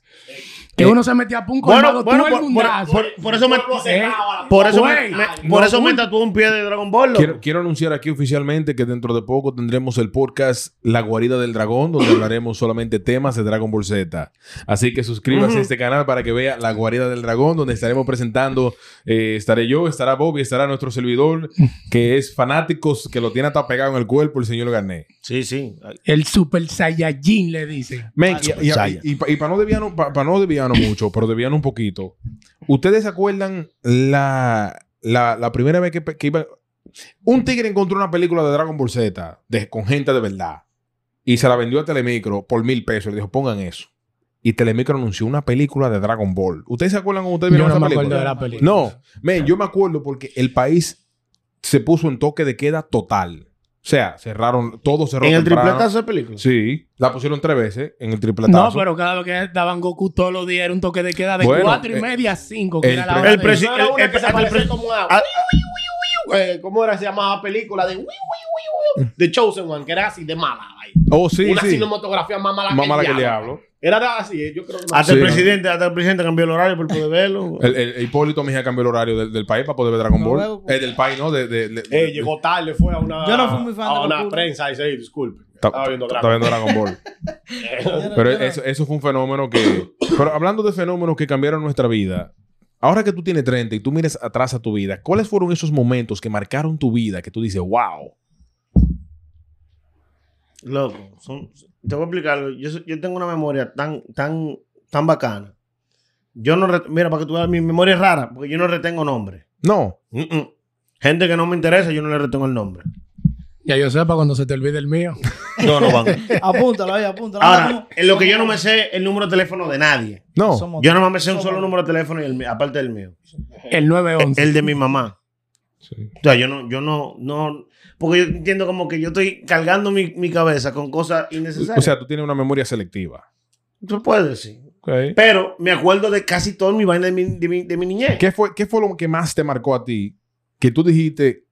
Que uno se metía a Eh, punco Bueno, bueno, bueno, todo el por, por- mundazo. por- por eso me, Eh, por eso me, Güey, me- por eso me tatuó un pie de Dragon Ball, loco. Quiero, quiero anunciar aquí oficialmente que dentro de poco tendremos el podcast La Guarida del Dragón, donde hablaremos solamente temas de Dragon Ball Z. Así que suscríbase a este canal para que vea La Guarida del Dragón, donde estaremos presentando, eh, estaré yo, estará Bobby, estará nuestro servidor, que es fanáticos, que lo tiene hasta pegado en el cuerpo el señor Garnet. Sí, sí. El Super Saiyajin le dicen. Men, y, para no desviarnos pa- pa no desviarnos mucho, pero desviarnos un poquito. ¿Ustedes se acuerdan la, la, la primera vez que, pe- que iba... Un tigre encontró una película de Dragon Ball Z de- con gente de verdad y se la vendió a Telemicro por mil pesos. Le dijo, pongan eso. Y Telemicro anunció una película de Dragon Ball. ¿Ustedes se acuerdan cuando ustedes Yo vieron no esa me acuerdo película? de la película. No, men, yo me acuerdo porque el país se puso en toque de queda total. O sea, cerraron, todo cerró En el temprano. tripletazo de película. Sí, la pusieron tres veces en el tripletazo. No, pero cada vez que daban Goku todos los días era un toque de queda de Bueno, cuatro eh, y media a cinco, que el era la pre- hora el de- presi- No era una el- que el- se el- parecía como a- Ah, eh, ¿Cómo era? Se llamaba película de Wiu, Wiu, Wiu, The Chosen One, que era así de mala. ay. Oh, sí, una sí. cinematografía más mala Más mala que el el diablo. Era así, eh, yo creo que no. Hasta el Sí. presidente, hasta el presidente cambió el horario por poder verlo. El, el- el Hipólito Mejía cambió el horario del, del país para poder ver Dragon No Ball. veo, pues. Eh, del país, ¿no? De, de- de- Eh, llegó tarde, fue a una, Yo no fui muy fan a de una Goku. prensa y dice, "Ey, disculpe, Ta- estaba viendo ta- Dragon estaba viendo Dragon Ball. <laughs> Yo no- Pero yo no- eso, eso fue un fenómeno que... Pero hablando de fenómenos que cambiaron nuestra vida, ahora que tú tienes 30 y tú mires atrás a tu vida, ¿cuáles fueron esos momentos que marcaron tu vida que tú dices, wow? Loco, son- te voy a explicarlo. Yo, so- yo tengo una memoria tan, tan, tan bacana. Yo no, re- mira, para que tú veas, mi memoria es rara, porque yo no retengo nombre. No. Mm-mm. Gente que no me interesa, yo no le retengo el nombre. Ya yo sepa cuando se te olvide <laughs> el mío. No, no van. Apúntalo ahí, apúntalo. Ahora, en lo que yo no me sé el número de teléfono de nadie. No. Somos- Yo no me sé un solo número de teléfono, y el mi- aparte del mío. <laughs> El 911. El de mi mamá. Sí. O sea, yo no, yo no, no, porque yo entiendo como que yo estoy cargando mi, mi cabeza con cosas innecesarias. O sea, tú tienes una memoria selectiva. tú puedes decir. Pero me acuerdo de casi todo mi vaina de mi, de mi, de mi niñez. ¿Qué fue, ¿Qué fue lo que más te marcó a ti que tú dijiste,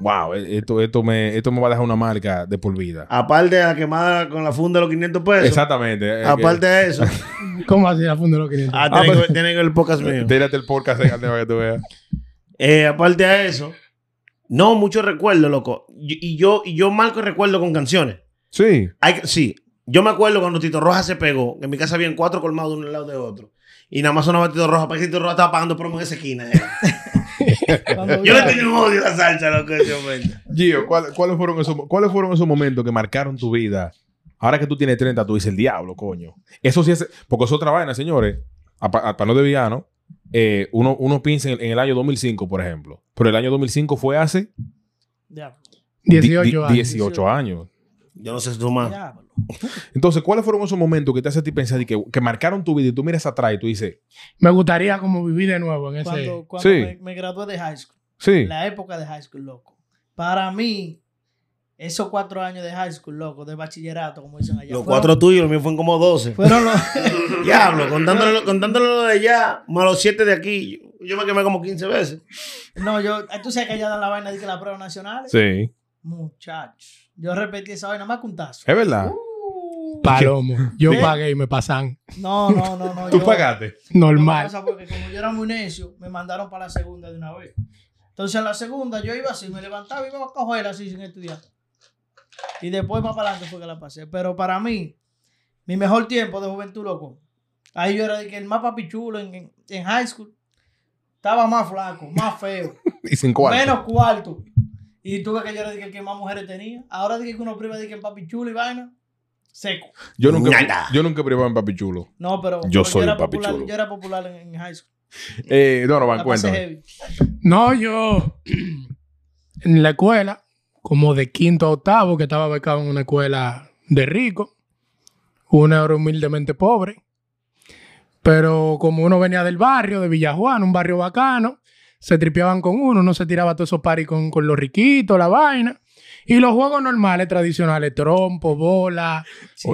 Wow, e- esto, esto, me, esto me va a dejar una marca de por vida. Aparte de la quemada con la funda de los 500 pesos. Exactamente. eh, Aparte de eso. ¿Cómo así la funda de los 500? ah, Ah, tienen, pues- que- tienen que ver el podcast que- mío. Tírate el podcast en para que tú veas. Eh, aparte de eso. No, mucho recuerdo, loco. Y, y yo, y yo marco el recuerdo con canciones. Sí. Hay que- sí, yo me acuerdo cuando Tito Roja se pegó, que en mi casa habían cuatro colmados de un lado de otro. Y nada más sonaba Tito Roja, para que Tito Roja estaba pagando promo en esa esquina. eh. Cuando Yo le ya- tenía un odio a la salsa, loco, en ese momento. Gio, ¿cuál- ¿cuáles, fueron esos, ¿cuáles fueron esos momentos que marcaron tu vida? Ahora que tú tienes 30, tú dices el diablo, coño. Eso sí es. Porque es otra vaina, señores. A pa- a- Para no desviar, ¿no? Eh, uno, uno piensa en el, en el año 2005, por ejemplo. Pero el año 2005 fue hace Ya, di- di- 18 años. 18 años. Yo no sé si tú Ah. más. ya, bro. Entonces, ¿cuáles fueron esos momentos que te hacen a ti pensar y que, que marcaron tu vida y tú miras atrás y tú dices, Me gustaría como vivir de nuevo en ese... Cuando, cuando Sí. me, me gradué de high school, sí, la época de high school, loco. Para mí, esos cuatro años de high school, loco, de bachillerato, como dicen allá. Los fueron- cuatro tuyos, los míos fueron como 12. Fueron los. <laughs> Diablo, contándolo, contándolo lo de allá, más los siete de aquí. Yo, yo me quemé como 15 veces. No, yo. Tú sabes que allá dan la vaina de que la prueba nacional. sí. Muchachos. Yo repetí esa vaina más que un tazo. Es verdad. Palomo. Yo Sí. pagué y me pasan. No, no, no, no. Tú yo- pagaste. Lo que Normal. pasa porque como yo era muy necio, me mandaron para la segunda de una vez. Entonces en la segunda yo iba así, me levantaba y iba a coger así sin estudiar. Y después más para adelante fue que la pasé. Pero para mí, mi mejor tiempo de juventud, loco. Ahí yo era de que el más papichulo en, en, en high school estaba más flaco, más feo, Y sin <laughs> cuarto. menos cuarto. Y tú ves que yo era de que el que más mujeres tenía. Ahora de que uno priva de que el papi chulo y vaina, seco. yo, nunca, Nada. yo nunca privaba en papi chulo. No, pero Yo pero soy era el papi popular, chulo. Yo era popular en, en high school. Eh, Donovan, La pasé cuéntame. heavy. No, yo <clears throat> en la escuela, como de quinto a octavo, que estaba becado en una escuela de rico, una era humildemente pobre, pero como uno venía del barrio, de Villajuan, un barrio bacano, se tripeaban con uno, uno se tiraba todos esos paris con, con los riquitos, la vaina, y los juegos normales, tradicionales, trompo, bola,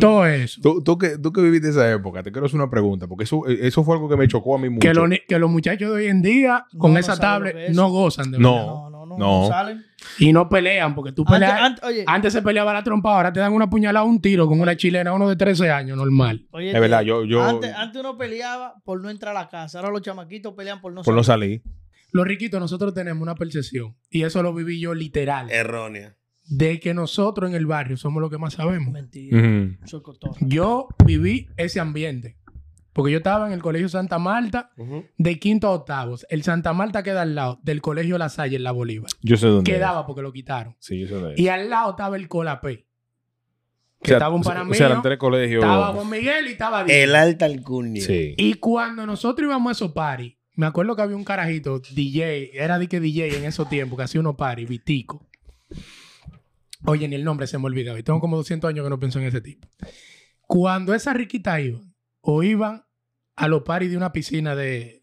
todo eso. Tú, tú que, tú que viviste esa época, te quiero hacer una pregunta, porque eso, eh, eso fue algo que me chocó a mí mucho. Que, lo ni- que los muchachos de hoy en día, con No, no esa saben lo que tablet, es. no gozan de verdad. No, No, no, no, no. no salen. Y no pelean, porque tú Antes, peleas... antes- oye, Antes se peleaba la trompa, ahora te dan una puñalada, un tiro con una chilena, uno de 13 años, normal. oye, eh, es verdad, yo, yo antes, antes uno peleaba por no entrar a la casa. Ahora los chamaquitos pelean por no por salir. no salir. Los riquitos, nosotros tenemos una percepción, y eso lo viví yo literal, Errónea. de que nosotros en el barrio somos los que más sabemos. Mentira. Ujú. Soy cotorra. Yo viví ese ambiente, porque yo estaba en el colegio Santa Marta de quinto a octavos. El Santa Marta queda al lado del colegio La Salle en la Bolívar. Yo sé dónde. Quedaba porque lo quitaron. es. Sí, yo sé dónde. es. Y al lado estaba el Colapé, O que sea, estaba un o sea, pana O sea, eran mío, tres colegios. estaba Juan Miguel y estaba Diego. El alta alcurnia. Sí. Y cuando nosotros íbamos a esos paris, me acuerdo que había un carajito, DJ, era de que DJ en esos tiempos, que hacía unos paris, Vitico. Oye, ni el nombre se me olvidaba. Y tengo como 200 años que no pienso en ese tipo. Cuando esas riquitas iban, o iban a los paris de una piscina de,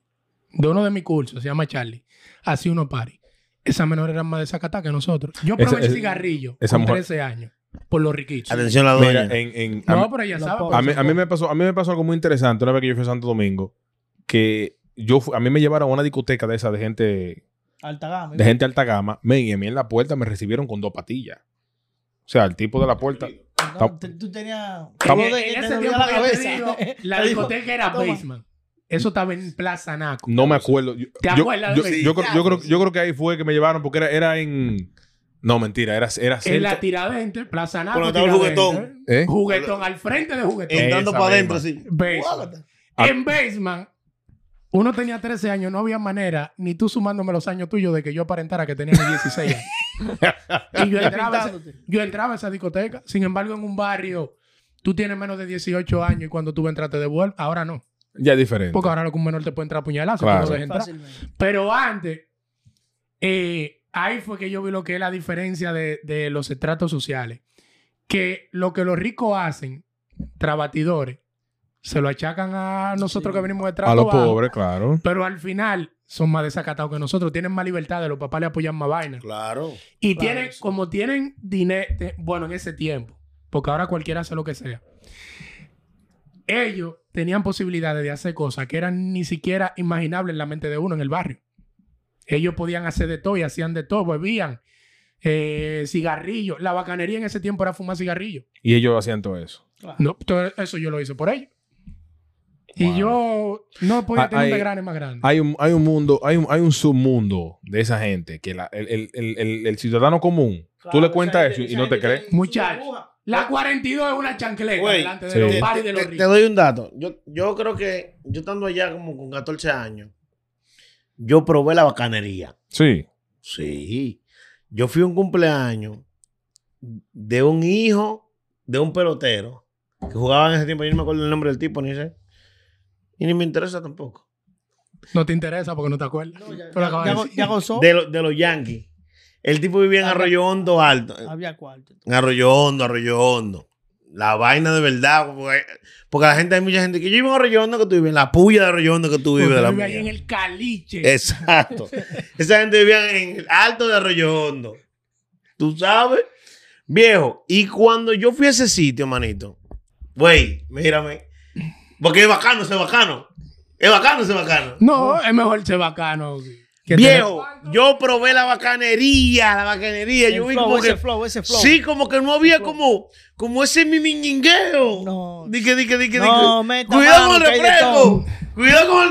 de uno de mis cursos, se llama Charlie, hacía unos paris. Esas menores eran más desacatadas que nosotros. Yo Esa- probé el esa- cigarrillo esa con mujer- 13 años por los riquitos. Atención, la Mira, eh, doña. en, en- a, No, mí- pero ya Los sabes. pobres. a mí, a mí me pasó, a mí me pasó algo muy interesante una vez que yo fui a Santo Domingo, que yo fu- a mí me llevaron a una discoteca de esa de gente Alta gama. de gente alta gama, men, y a mí en la puerta me recibieron con dos patillas. O sea, el tipo de la puerta. No, te- tú tenías. En, Todo de- en te ese dolía tiempo la yo te digo, cabeza. <laughs> <laughs> la Te dijo, discoteca era toma. basement. Eso estaba en Plaza Naco. No me acuerdo. Yo, ¿Te yo- acuerdas yo- de- yo creo, yo creo- yo creo que ahí fue que me llevaron porque era, era en. No, mentira, era, era En la cerca- Tiradentes, Plaza Naco. Cuando estaba el Tiradentes. juguetón. ¿Eh? Juguetón, al frente de juguetón. Eh, Entrando esa para misma. adentro, sí. Basement. Ah. En basement, uno tenía 13 años, no había manera, ni tú sumándome los años tuyos de que yo aparentara que tenía mis 16 años. <laughs> y yo entraba, a esa- yo entraba a esa discoteca. Sin embargo, en un barrio, tú tienes menos de 18 años y cuando tú entras te devuelves. Ahora no. Ya es diferente. Porque ahora lo que un menor te puede entrar a puñalazo. Claro. tú no dejas entrar. Fácilmente. Pero antes, eh, ahí fue que yo vi lo que es la diferencia de, de los estratos sociales. Que lo que los ricos hacen, trabatidores, se lo achacan a nosotros Sí. que venimos de estrato A los bajo, pobres, claro. Pero al final son más desacatados que nosotros. Tienen más libertades, los papás le apoyan más vaina. Claro. Y Claro, tienen, sí. como tienen dinero, bueno, en ese tiempo, porque ahora cualquiera hace lo que sea. Ellos tenían posibilidades de hacer cosas que eran ni siquiera imaginables en la mente de uno en el barrio. Ellos podían hacer de todo y hacían de todo, bebían, eh, cigarrillos. La bacanería en ese tiempo era fumar cigarrillos. Y ellos hacían todo eso. No, todo eso yo lo hice por ellos. Y yo no podía Ah, tener hay- un degrane más grande. Hay un, hay un mundo, hay un, hay un submundo de esa gente que la- el, el- el- el- el ciudadano común, tú le cuentas eso y no te crees. Muchachos, la 42 es una chancleta Güey, delante de sí. los Te- bares y de los Te, te ricos. doy un dato. Yo, yo creo que yo estando allá como con 14 años, yo probé la bacanería. Sí. Sí. Yo fui a un cumpleaños de un hijo de un pelotero que jugaba en ese tiempo. Yo no me acuerdo el nombre del tipo, ni sé. Y ni me interesa tampoco. No te interesa porque no te acuerdas. No, ya, Tú lo acabas ya- de ya- decir. ya gozó. De, lo- de los Yankees. El tipo vivía en Arroyo Hondo Alto. Había cuarto. En Arroyo Hondo, Arroyo Hondo. La vaina de verdad. Porque, porque la gente, hay mucha gente que yo vivo en Arroyo Hondo que tú vives, en la puya de Arroyo Hondo que tú Porque vives. de la vive ahí mía. <laughs> en el caliche. Exacto. Esa gente vivía en el alto de Arroyo Hondo. ¿Tú sabes? Viejo, y cuando yo fui a ese sitio, manito, güey, mírame. Porque es bacano, ese bacano. Es bacano, ese bacano. No, es mejor ser bacano. que Viejo, yo probé la bacanería, la bacanería. Yo El vi flow, como ese que. flow, ese flow. Sí, como que no había como, como ese mimiñingueo. No. Dije, dije, dije, No, dije. meta Cuidado mano, con el que hay de refresco. todo. Cuidado con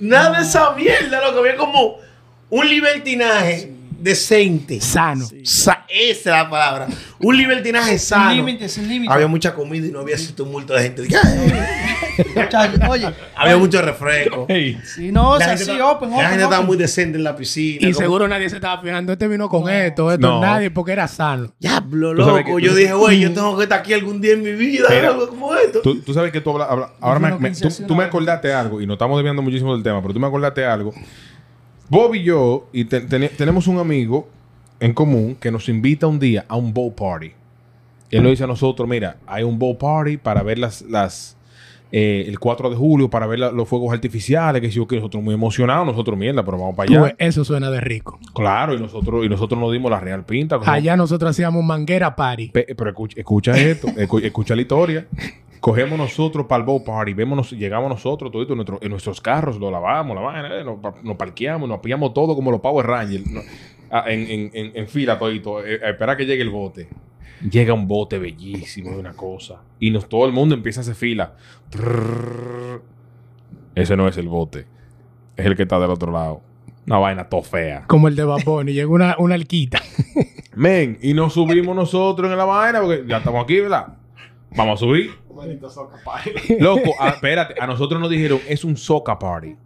el- nada de esa mierda, loco. Había como un libertinaje decente. Sano. Sa- esa es la palabra. Un libertinaje Sin sano. límites, sin límites. Había mucha comida y no había ese tumulto de gente. Dije, "Ay". Muchachos, Oye, había mucho refresco. si no, es La así, gente, estaba- open, la open, gente estaba open. muy decente en la piscina. Y como- seguro nadie se estaba fijando. Este vino con esto, esto, No. nadie, porque era sano. Diablo, Tú sabes loco. que- Yo tú- dije, güey, yo tengo que estar aquí algún día en mi vida. Mira. algo como esto. Tú, tú sabes que tú habla- habla- ahora Fue me, una me- tú, concesión tú me a- acordaste algo y nos estamos desviando muchísimo del tema, pero tú me acordaste algo. Bob y yo y te- teni- tenemos un amigo en común que nos invita un día a un bow party. Él lo dice a nosotros, mira, hay un bow party para ver las, las eh, el 4 de julio para ver la- los fuegos artificiales, que si yo que nosotros muy emocionados, nosotros mierda, pero vamos para allá. Tú, eso suena de rico. Claro, y nosotros y nosotros nos dimos la real pinta. cogimos- Allá nosotros hacíamos manguera party. Pe- Pero escucha, escucha esto, escu- escucha la historia. Cogemos nosotros para el bow party, vemos nos- llegamos nosotros todito en, nuestro- en nuestros carros, lo lavamos, la vaina, eh, nos, pa- nos parqueamos, nos pillamos todo como los Power Rangers, no- ah, en, en- en- en fila todito, eh, a esperar que llegue el bote. Llega un bote bellísimo de una cosa y nos, todo el mundo empieza a hacer fila. Trrrr. Ese no es el bote, es el que está del otro lado. Una vaina todo fea. Como el de Baboni. Llegó una, una alquita. <laughs> Men, y nos subimos nosotros en la vaina porque ya estamos aquí, ¿verdad? Vamos a subir. Loco, a- espérate, a nosotros nos dijeron es un soca party.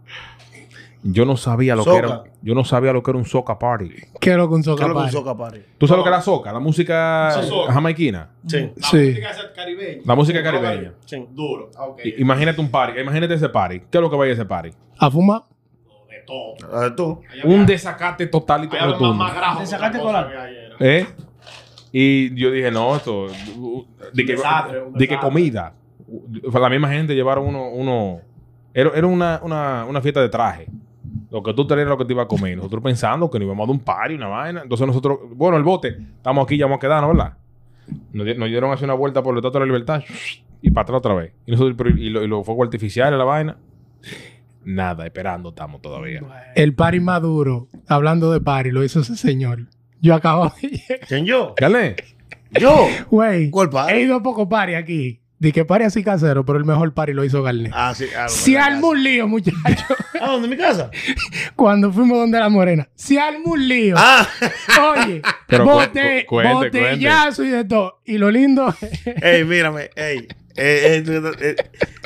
Yo no sabía lo Soca. que era. Yo no sabía lo que era un soca party. ¿Qué lo con ¿Qué soca es lo que party? usó Capari? ¿Tú sabes lo que era soca? La música Soca. jamaiquina. Sí. Sí. caribeña. La música caribeña. sí. Duro. Ah, ok. I- Imagínate un party, imagínate ese party. ¿Qué es lo que vaya a ese party? A fumar. De todo. A ver Ah, tú. Un desacate total y Ahí hablan rotundo. más grajo Te que sacaste otra cosa colar. que ayer. ¿Eh? Y yo dije, no, esto. De que, desastre, un de que desastre. comida. La misma gente llevaron uno. uno era era una, una, una fiesta de traje. Lo que tú traías era lo que te iba a comer. Nosotros pensando que nos íbamos a dar un party, una vaina. Entonces nosotros, bueno, el bote, estamos aquí, ya vamos a quedarnos, ¿verdad? Nos, di- nos dieron hace una vuelta por el Estatua de la Libertad y para atrás otra vez. Y nosotros, pero, y lo- y los fuegos artificiales, la vaina. Nada, esperando estamos todavía. El party más duro, hablando de party, lo hizo ese señor. Yo acabo de llegar. ¿Quién yo? ¿Carle? Yo. Güey, ¿Cuál party? he ido a poco party aquí. Di que party así casero, pero el mejor party lo hizo Garnet. Ah, sí. ah, Se bueno, armó un lío, muchachos. ya. ¿A dónde? ¿En mi casa? Cuando fuimos donde la morena. Se armó un lío. Ah. <laughs> Oye, <laughs> Pero cu- bote, cu- cuente, botellazo y de todo. Y lo lindo Ey, mírame, ey. Eh, eh, eh,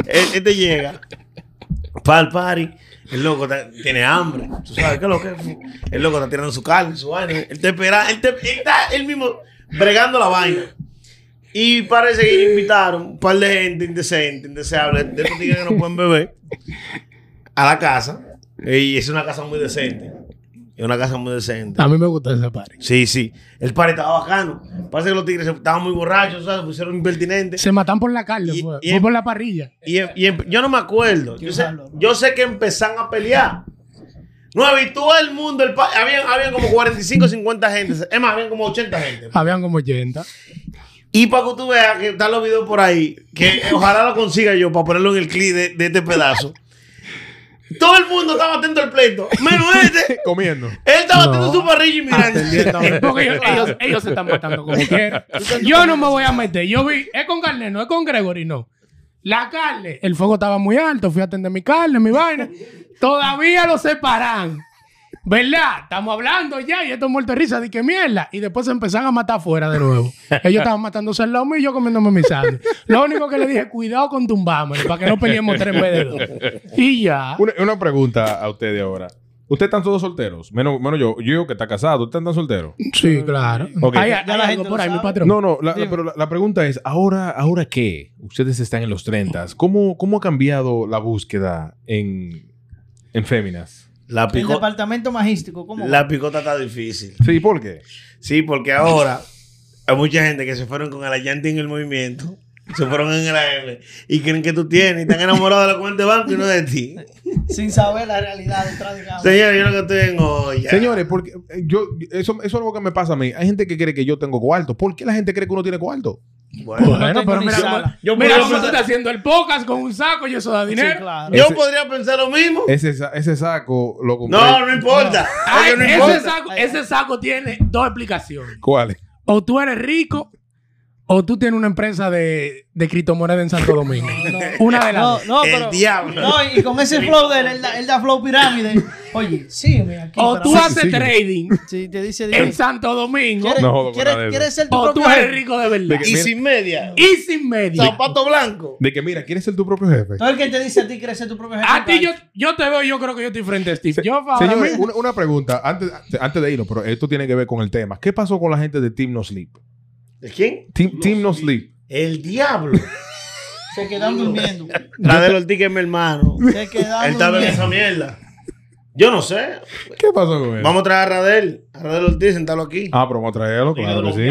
eh, este llega para el party. El loco está- tiene hambre. ¿Tú sabes qué es lo que es? El loco está tirando su carne, su vaina. Él está esperando. Él, te- él está él mismo bregando la vaina. Y parece que invitaron un par de gente indecente, indeseable, de estos tigres que no pueden beber, a la casa. Y es una casa muy decente. Es una casa muy decente. A mí me gustó ese party. Sí, sí. El party estaba bacano. Parece que los tigres estaban muy borrachos, ¿sabes? Pusieron impertinentes. Se matan por la carne, Y- fue. y- Fue por la parrilla. Y, em- y em- yo no me acuerdo. Yo sé, yo sé que empezaron a pelear. No habitó el mundo. El pa- habían, habían como 45, 50 gente. Es más, habían como 80 gente. Habían como 80. Y para que tú veas que están los videos por ahí, que ojalá lo consiga yo para ponerlo en el clip de, de este pedazo. Todo el mundo estaba atento al pleito. Menos este. Comiendo. Él estaba No. atento a su parrilla y mirando. Es porque ellos, <laughs> ellos- ellos se están matando como quieran. Yo no me voy a meter. Yo vi, es con carne, no es con Gregory, no. La carne, el fuego estaba muy alto, fui a atender mi carne, mi vaina. Todavía lo separan. ¿Verdad? Estamos hablando ya y esto es muerto de risa, de que mierda. Y después se empezaron a matar afuera de nuevo. Ellos estaban matándose al lomo y yo comiéndome mi sangre. Lo único que le dije, cuidado con tumbarme, para que no peleemos tres veces dos. Y ya. Una, una pregunta a ustedes ahora. ¿Ustedes están todos solteros? Menos, menos yo. Yo que está casado. ¿Ustedes están solteros? Sí, claro. Ok. Hay, Ya hay la algo gente por lo ahí, mi sabe. patrón. No, no. la- la- pero la, la pregunta es, ¿ahora, ¿ahora qué? Ustedes están en los 30. ¿Cómo, cómo ha cambiado la búsqueda en, en féminas? La, El pico- departamento magístico, ¿cómo? va? la picota está difícil. Sí, ¿por qué? Sí, porque ahora hay mucha gente que se fueron con Alayante en el movimiento. Se fueron en el AM y creen que tú tienes y están enamorados de la cuenta de banco y no de ti. Sin saber la realidad detrás de cada Señor, yo lo que estoy en olla. Señores, porque eh, yo, eso, eso es algo que me pasa a mí. Hay gente que cree que yo tengo cuarto. ¿Por qué la gente cree que uno tiene cuarto? Bueno, No tengo pero ni mira, sala. cómo- Yo mira puedo cómo tú hacer- estás haciendo el podcast con un saco y eso da Sí, dinero. claro. yo Ese- podría pensar lo mismo. Ese, sa- ese saco lo compré. No, no importa. Ay, Eso no ese, importa. saco, ese saco tiene dos explicaciones. ¿Cuál? O tú eres rico o tú tienes una empresa de, de criptomonedas en Santo Domingo. Una de las No, dos. no, El pero. diablo. No, y- y con ese flow de él, él da- él da flow pirámide. Oye, sígueme aquí. O para- Oh, tú Sí, haces sí. trading sí, te dice. dice, en Santo Domingo ¿Quieres, No jodo con quieres- nada de eso. quieres ser tu o tú propio eres jefe? rico de verdad. De Y sin media. Y sin medio. Zapato blanco. De que, mira, ¿quieres ser tu propio jefe? Todo el que te dice a ti quieres ser tu propio jefe. A ti yo, yo te veo, yo creo que yo estoy frente a Steve. Yo, ahora Señores, mismo- una, una pregunta antes, antes de irnos, pero esto tiene que ver con el tema. ¿Qué pasó con la gente de Team No Sleep? ¿De quién? Team Team No, Sleep. El <laughs> diablo. Se quedan durmiendo. <laughs> La de los tickets, mi hermano. Se quedan Él estaba en durmiendo. esa mierda. Yo no sé. ¿Qué pasó con él? Vamos a traer a Radel. A Radel Ortiz, sentarlo aquí. Ah, pero vamos a traerlo, claro que sí.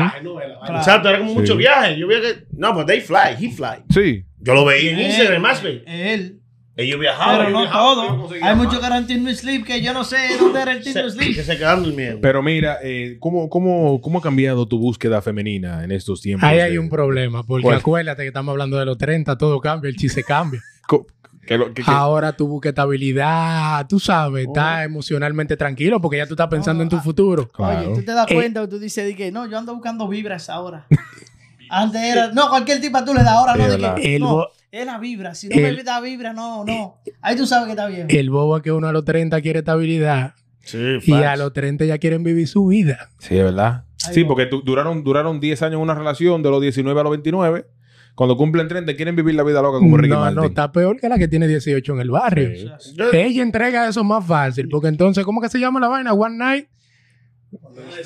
Exacto, era como Sí. mucho viaje. Yo veía que. No, pero they fly, he fly. Sí. Yo lo veía en Eh. Instagram, más ve. Él. Ellos Ah, viajaban. Pero ellos no viajaban, ellos todo. conseguían Hay más. mucho garantía en sleep que yo no sé dónde era el Se- título Que sleep. se quedan durmiendo. Pero mira, eh, ¿cómo, cómo, ¿cómo ha cambiado tu búsqueda femenina en estos tiempos? ahí eh? hay un problema. Porque ¿Cuál? acuérdate que estamos hablando de los 30, todo cambia, el chiste cambia. Co- que lo- que- Oh. que- Ahora tu buquetabilidad, tú sabes, estás emocionalmente tranquilo porque ya tú estás pensando en tu ah, futuro. Claro. Oye, tú te das Eh. cuenta o tú dices di que no, yo ando buscando vibras <laughs> ahora. <laughs> Antes era, no, cualquier tipa tú le das ahora, no, Es di que, verdad. El no, bo- es la vibra, si no me el- eh, da vibra, no, no, ahí tú sabes que está bien. El bobo es que uno a los 30 quiere estabilidad Sí, y a los 30 ya quieren vivir su vida. Sí, es verdad. Ahí Sí, va. porque tu- duraron, duraron 10 años en una relación de los 19 a los 29. Cuando cumplen 30 quieren vivir la vida loca como Ricky no, Martin. no, está peor que la que tiene 18 en el barrio. Sí. Ella entrega eso más fácil porque entonces, ¿cómo que se llama la vaina? One night,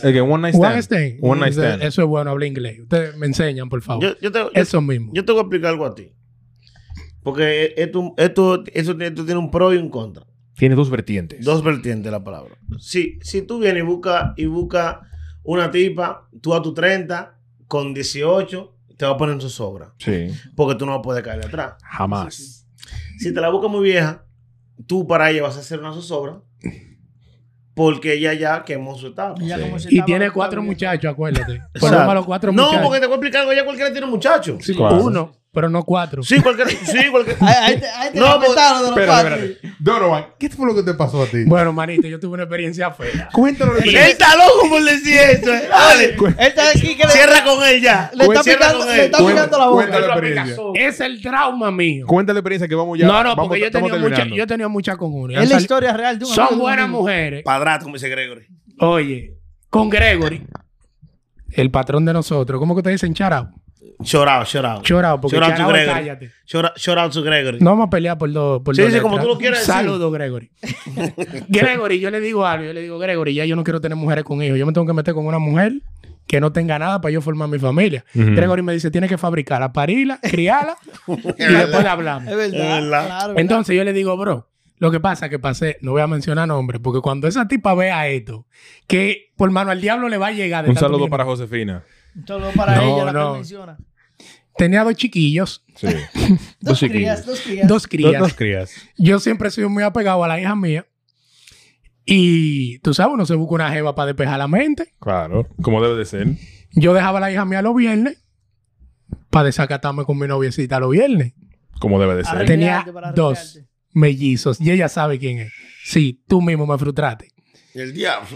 El que one night stand. one stand. One night Eso- stand. Eso es bueno, habla inglés. Ustedes me enseñan, por favor. Yo, yo te, yo- eso mismo. yo te voy a explicar algo a ti. Porque esto, esto, eso- esto tiene un pro y un contra. Tiene dos vertientes. Dos vertientes de la palabra. Si, si tú vienes y buscas y busca una tipa, tú a tu 30, con 18, te va a poner en su sobra. Sí. Porque tú no puedes caerle atrás. Jamás. Si te la buscas muy vieja, tú para ella vas a hacer una zozobra. Porque ella ya quemó su etapa. Y ya Sí. como se Y estaba- tiene cuatro estaba bien. <laughs> muchachos, acuérdate. O Por lo sea, menos los cuatro no, muchachos. porque te voy a explicar algo. Ya cualquiera tiene un muchacho. Sí, claro. Uno, pero no cuatro. Sí, cualquiera. sí, cualquiera. <laughs> Ahí, ahí te, ahí te No, pues, la metaron de los Espera, cuatro. espera. Donovan, ¿qué fue lo que te pasó a ti? Bueno, manito, yo tuve una <laughs> experiencia fea. Cuéntanos la Él experiencia. está loco por decir eso. eh. Dale. Él está aquí que le, Cierra con él ya. le pues, está Cierra picando, con le él. está picando la boca. Cuenta la experiencia. Es el trauma mío. Cuenta la experiencia que vamos ya. no, no, vamos- porque yo he estamos tenido mucha, terminando. yo he tenido mucha con uno. Ya Es la sal- historia real de un amigo Son de buenas un- mujeres. Padrato, como dice Gregory. Oye, con Gregory, el patrón de nosotros, ¿cómo que te dicen charao? Shout out, shout out. Chorao, porque Shout out charao, to Gregory. cállate. Shout out- shout out to Gregory. No vamos a pelear por dos. Por Sí, dos sí, como letras. tú lo quieras decir. <laughs> Saludo, Gregory. Gregory, yo le digo algo. Yo le digo, Gregory, ya yo no quiero tener mujeres con hijos. Yo me tengo que meter con una mujer que no tenga nada para yo formar mi familia. Ujú. Gregory me dice, tienes que fabricarla, parirla, <laughs> criarla y después la hablamos. Es verdad, Es verdad. claro. Entonces yo le digo, bro, lo que pasa es que pasé, no voy a mencionar nombres, porque cuando esa tipa vea esto, que por mano al diablo le va a llegar. de Un tanto saludo millonario. para Josefina. Solo para No, ella la no. que menciona. Tenía dos chiquillos, Sí. Dos chiquillos. crías, dos crías. dos Dos, <laughs> crías. dos crías. Yo siempre he sido muy apegado a la hija mía. Y tú sabes, uno se busca una jeva para despejar la mente. Claro. Como debe de ser. Yo dejaba a la hija mía los viernes para desacatarme con mi noviecita los viernes. Como debe de ser. Arreglarte Tenía para dos. arreglarte. mellizos y ella sabe quién es. Sí, tú mismo me frustraste. El diablo.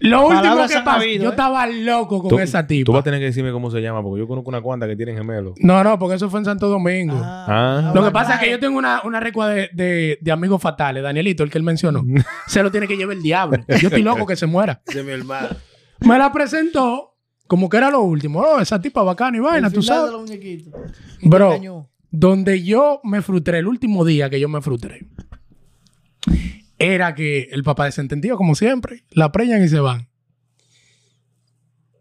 Lo último Palabras que han pasó, habido, yo ¿eh? estaba loco con Tú- esa Tú vas a tipa. tener que decirme cómo se llama, porque yo conozco una cuanta que tienen gemelos. No, no, porque eso fue en Santo Domingo. Ah. Lo que pasa es que yo tengo una, una recua de, de- de amigos fatales. Danielito, el que él mencionó. Mm. se lo tiene que llevar el diablo. Yo <laughs> estoy loco que se muera. De mi hermano. Me la presentó como que era lo último. Oh, esa tipa bacana y vaina, tú sabes. Bro. Donde yo me frustré, el último día que yo me frustré, era que el papá desentendido, como siempre, la preñan y se van.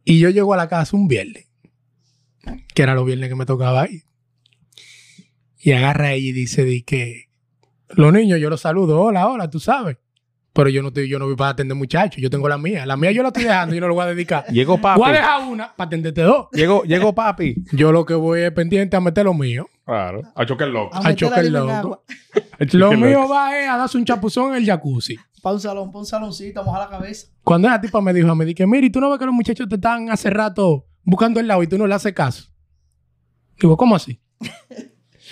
Y yo llego a la casa un viernes, que era los viernes que me tocaba ahí. Y agarra ella y dice, di que los niños yo los saludo, hola, hola, tú sabes. Pero yo no, estoy, yo no voy para atender muchachos, yo tengo la mía. La mía yo la estoy dejando, yo no la voy a dedicar. Llegó papi. Voy a dejar una para atenderte dos. Llegó, llegó papi. Yo lo que voy es pendiente a meter lo mío. Claro. A chocar loco. a chocar loco. <laughs> Lo mío va es a darse un chapuzón en el jacuzzi. Para un salón, para un saloncito, mojar la cabeza. Cuando esa tipa me dijo, me dije, mira, ¿y tú no ves que los muchachos te están hace rato buscando el lado y tú no le haces caso? Digo, ¿cómo <laughs> así?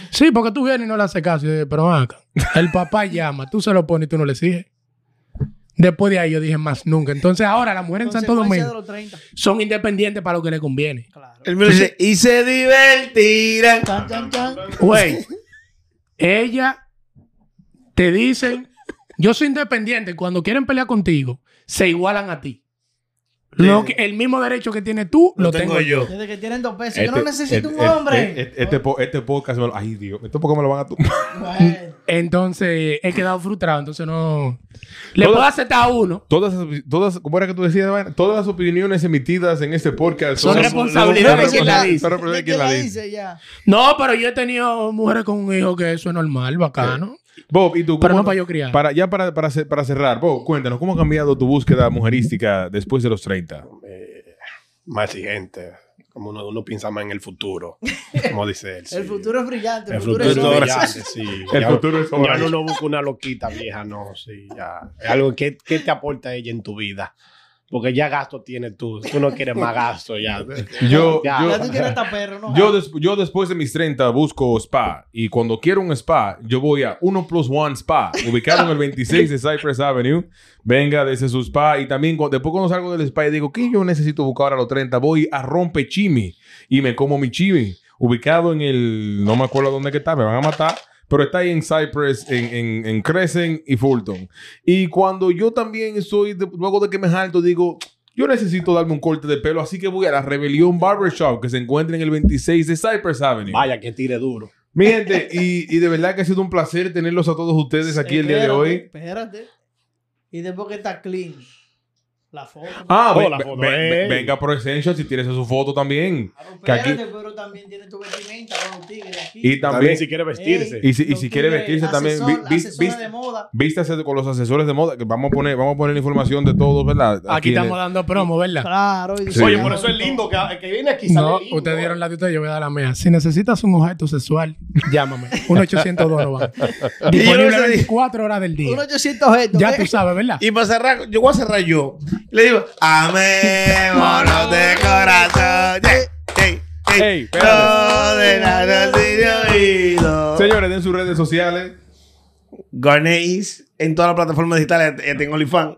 sí, porque tú vienes y no le haces caso. Y yo dije, pero ven acá. El papá llama, tú se lo pones y tú no le sigues. Después de ahí yo dije, más nunca. Entonces pues, ahora las mujeres en Santo Consecuencia de Domingo los 30. son independientes para lo que les conviene. Claro. El mío dice, y se divertirán. Chan, chan, chan. Güey, ella te dicen, yo soy independiente, cuando quieren pelear contigo, se igualan a ti. Lo que- el mismo derecho que tienes tú, lo, tengo, yo. Desde que tienen dos pesos. yo Este- no necesito este- un hombre. Este, este, po- este podcast me lo. Ay, Dios. Este podcast me lo van a tumbar. Bueno. <laughs> Entonces, he quedado frustrado, entonces no... Le Todo- puedo aceptar a uno. <laughs> Todas, las- todas, ¿Cómo era que tú decías, vaina? Todas las opiniones emitidas en este podcast Son responsabilidades responsabilidades de quien la dice. Son responsabilidades de quien la dice. dice ya? No, pero yo he tenido mujeres con un hijo que eso es normal, bacano. Bob, ¿y tú? Pero cómo- no para yo criar. Para, ya para, para, ce- para cerrar, Bob, cuéntanos, ¿cómo ha cambiado tu búsqueda mujerística después de los 30? Más exigente. Como uno, uno piensa más en el futuro. Como dice él. sí. El futuro es brillante. El futuro es ahora. brillante, sí. El Ya- futuro es ahora. Ya no lo busca una loquita vieja, no, sí, ya. Es algo que, que te aporta ella en tu vida. Porque ya gasto tienes tú. Tú no quieres más gasto, <laughs> ya. Yo, Ya. yo, Ya tú tienes hasta perro, <laughs> ¿no? Yo, des- yo después de mis 30 busco spa y cuando quiero un spa, yo voy a 1 plus 1 Spa, ubicado en el 26 de Cypress Avenue. Venga desde su spa y también cu- después cuando salgo del spa y digo, ¿qué yo necesito buscar a los 30? Voy a Rompe Chimi y me como mi chimi, ubicado en el, no me acuerdo dónde que está, me van a matar. Pero está ahí en Cypress, en, en, en Crescent y Fulton. Y cuando yo también soy, de- luego de que me jalto, digo, yo necesito darme un corte de pelo, así que voy a la Rebelión Barbershop que se encuentra en el 26 de Cypress Avenue. Vaya, que tire duro. Mi gente, y, y de verdad que ha sido un placer tenerlos a todos ustedes aquí el día de Espérate, hoy. Espérate. Y después que está clean. La foto. Ah, Oh, ve- la ve- foto, ve- ve- ey. venga por Essential si tienes su foto también. Claro, que aquí- espérate, pero también tiene tu vestimenta, los tigres aquí. Y También también, si quiere vestirse. y si, y si quiere vestirse también, vi- vi- viste. viste- de moda. vístase con los asesores de moda, que vamos a poner, vamos a poner la información de todos, ¿verdad? Aquí en el- estamos dando promo, ¿verdad? Claro. y Sí. Oye, diseñado por eso y es lindo todo. que, que viene aquí sale No, lindo. ustedes dieron la de ustedes, yo voy a dar la mía. Si necesitas un objeto sexual, <laughs> llámame. 1-800-2 no van. Disponible 24 horas del Un día. 800 gestos. Ya ¿eh? tú sabes, ¿verdad? Y para cerrar, yo voy a cerrar yo. Le digo, amémonos de corazón. Ey, ey, Ey, ey. espérate. No de nada sin oído. Señores, en sus redes sociales. Garnéis en todas las plataformas digitales. eh, Tengo OnlyFans.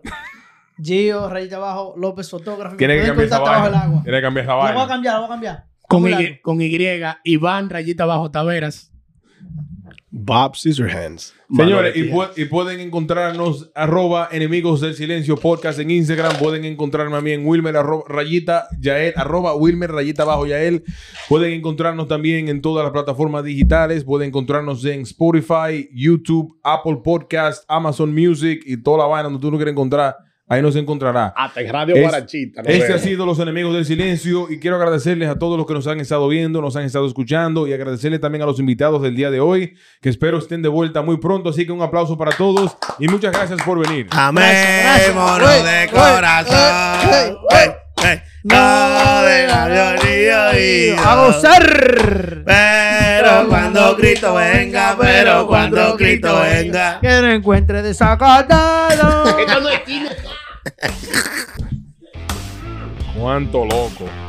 Gio, rayita abajo, López Fotógrafo. Tiene que Pueden cambiar esa contactar bajo el vaina. agua. Tiene que cambiar esa Lo voy a vaina. cambiar, lo voy a cambiar. Con Vamos y, largo. con y, Iván, rayita bajo Taveras. Bob Scissorhands. Señores, y, Manolo pu- y pueden encontrarnos arroba enemigos del silencio podcast en Instagram. Pueden encontrarme a mí en Wilmer arroba, rayita Yael, arroba Wilmer rayita bajo Yael. Pueden encontrarnos también en todas las plataformas digitales. Pueden encontrarnos en Spotify, YouTube, Apple Podcast, Amazon Music y toda la vaina donde tú no quieres encontrar. Ahí nos encontrará. Hasta en Radio Es- Guarachita. nos Este ha vemos. sido Los Enemigos del Silencio y quiero agradecerles a todos los que nos han estado viendo, nos han estado escuchando y agradecerles también a los invitados del día de hoy, que espero estén de vuelta muy pronto, así que un aplauso para todos y muchas gracias por venir. Amémonos de corazón. Ey, ey. No de nada sin oído. A gozar. Pero cuando Cristo venga, pero cuando Cristo venga. Que no encuentre <laughs> desacatado. Cuánto loco.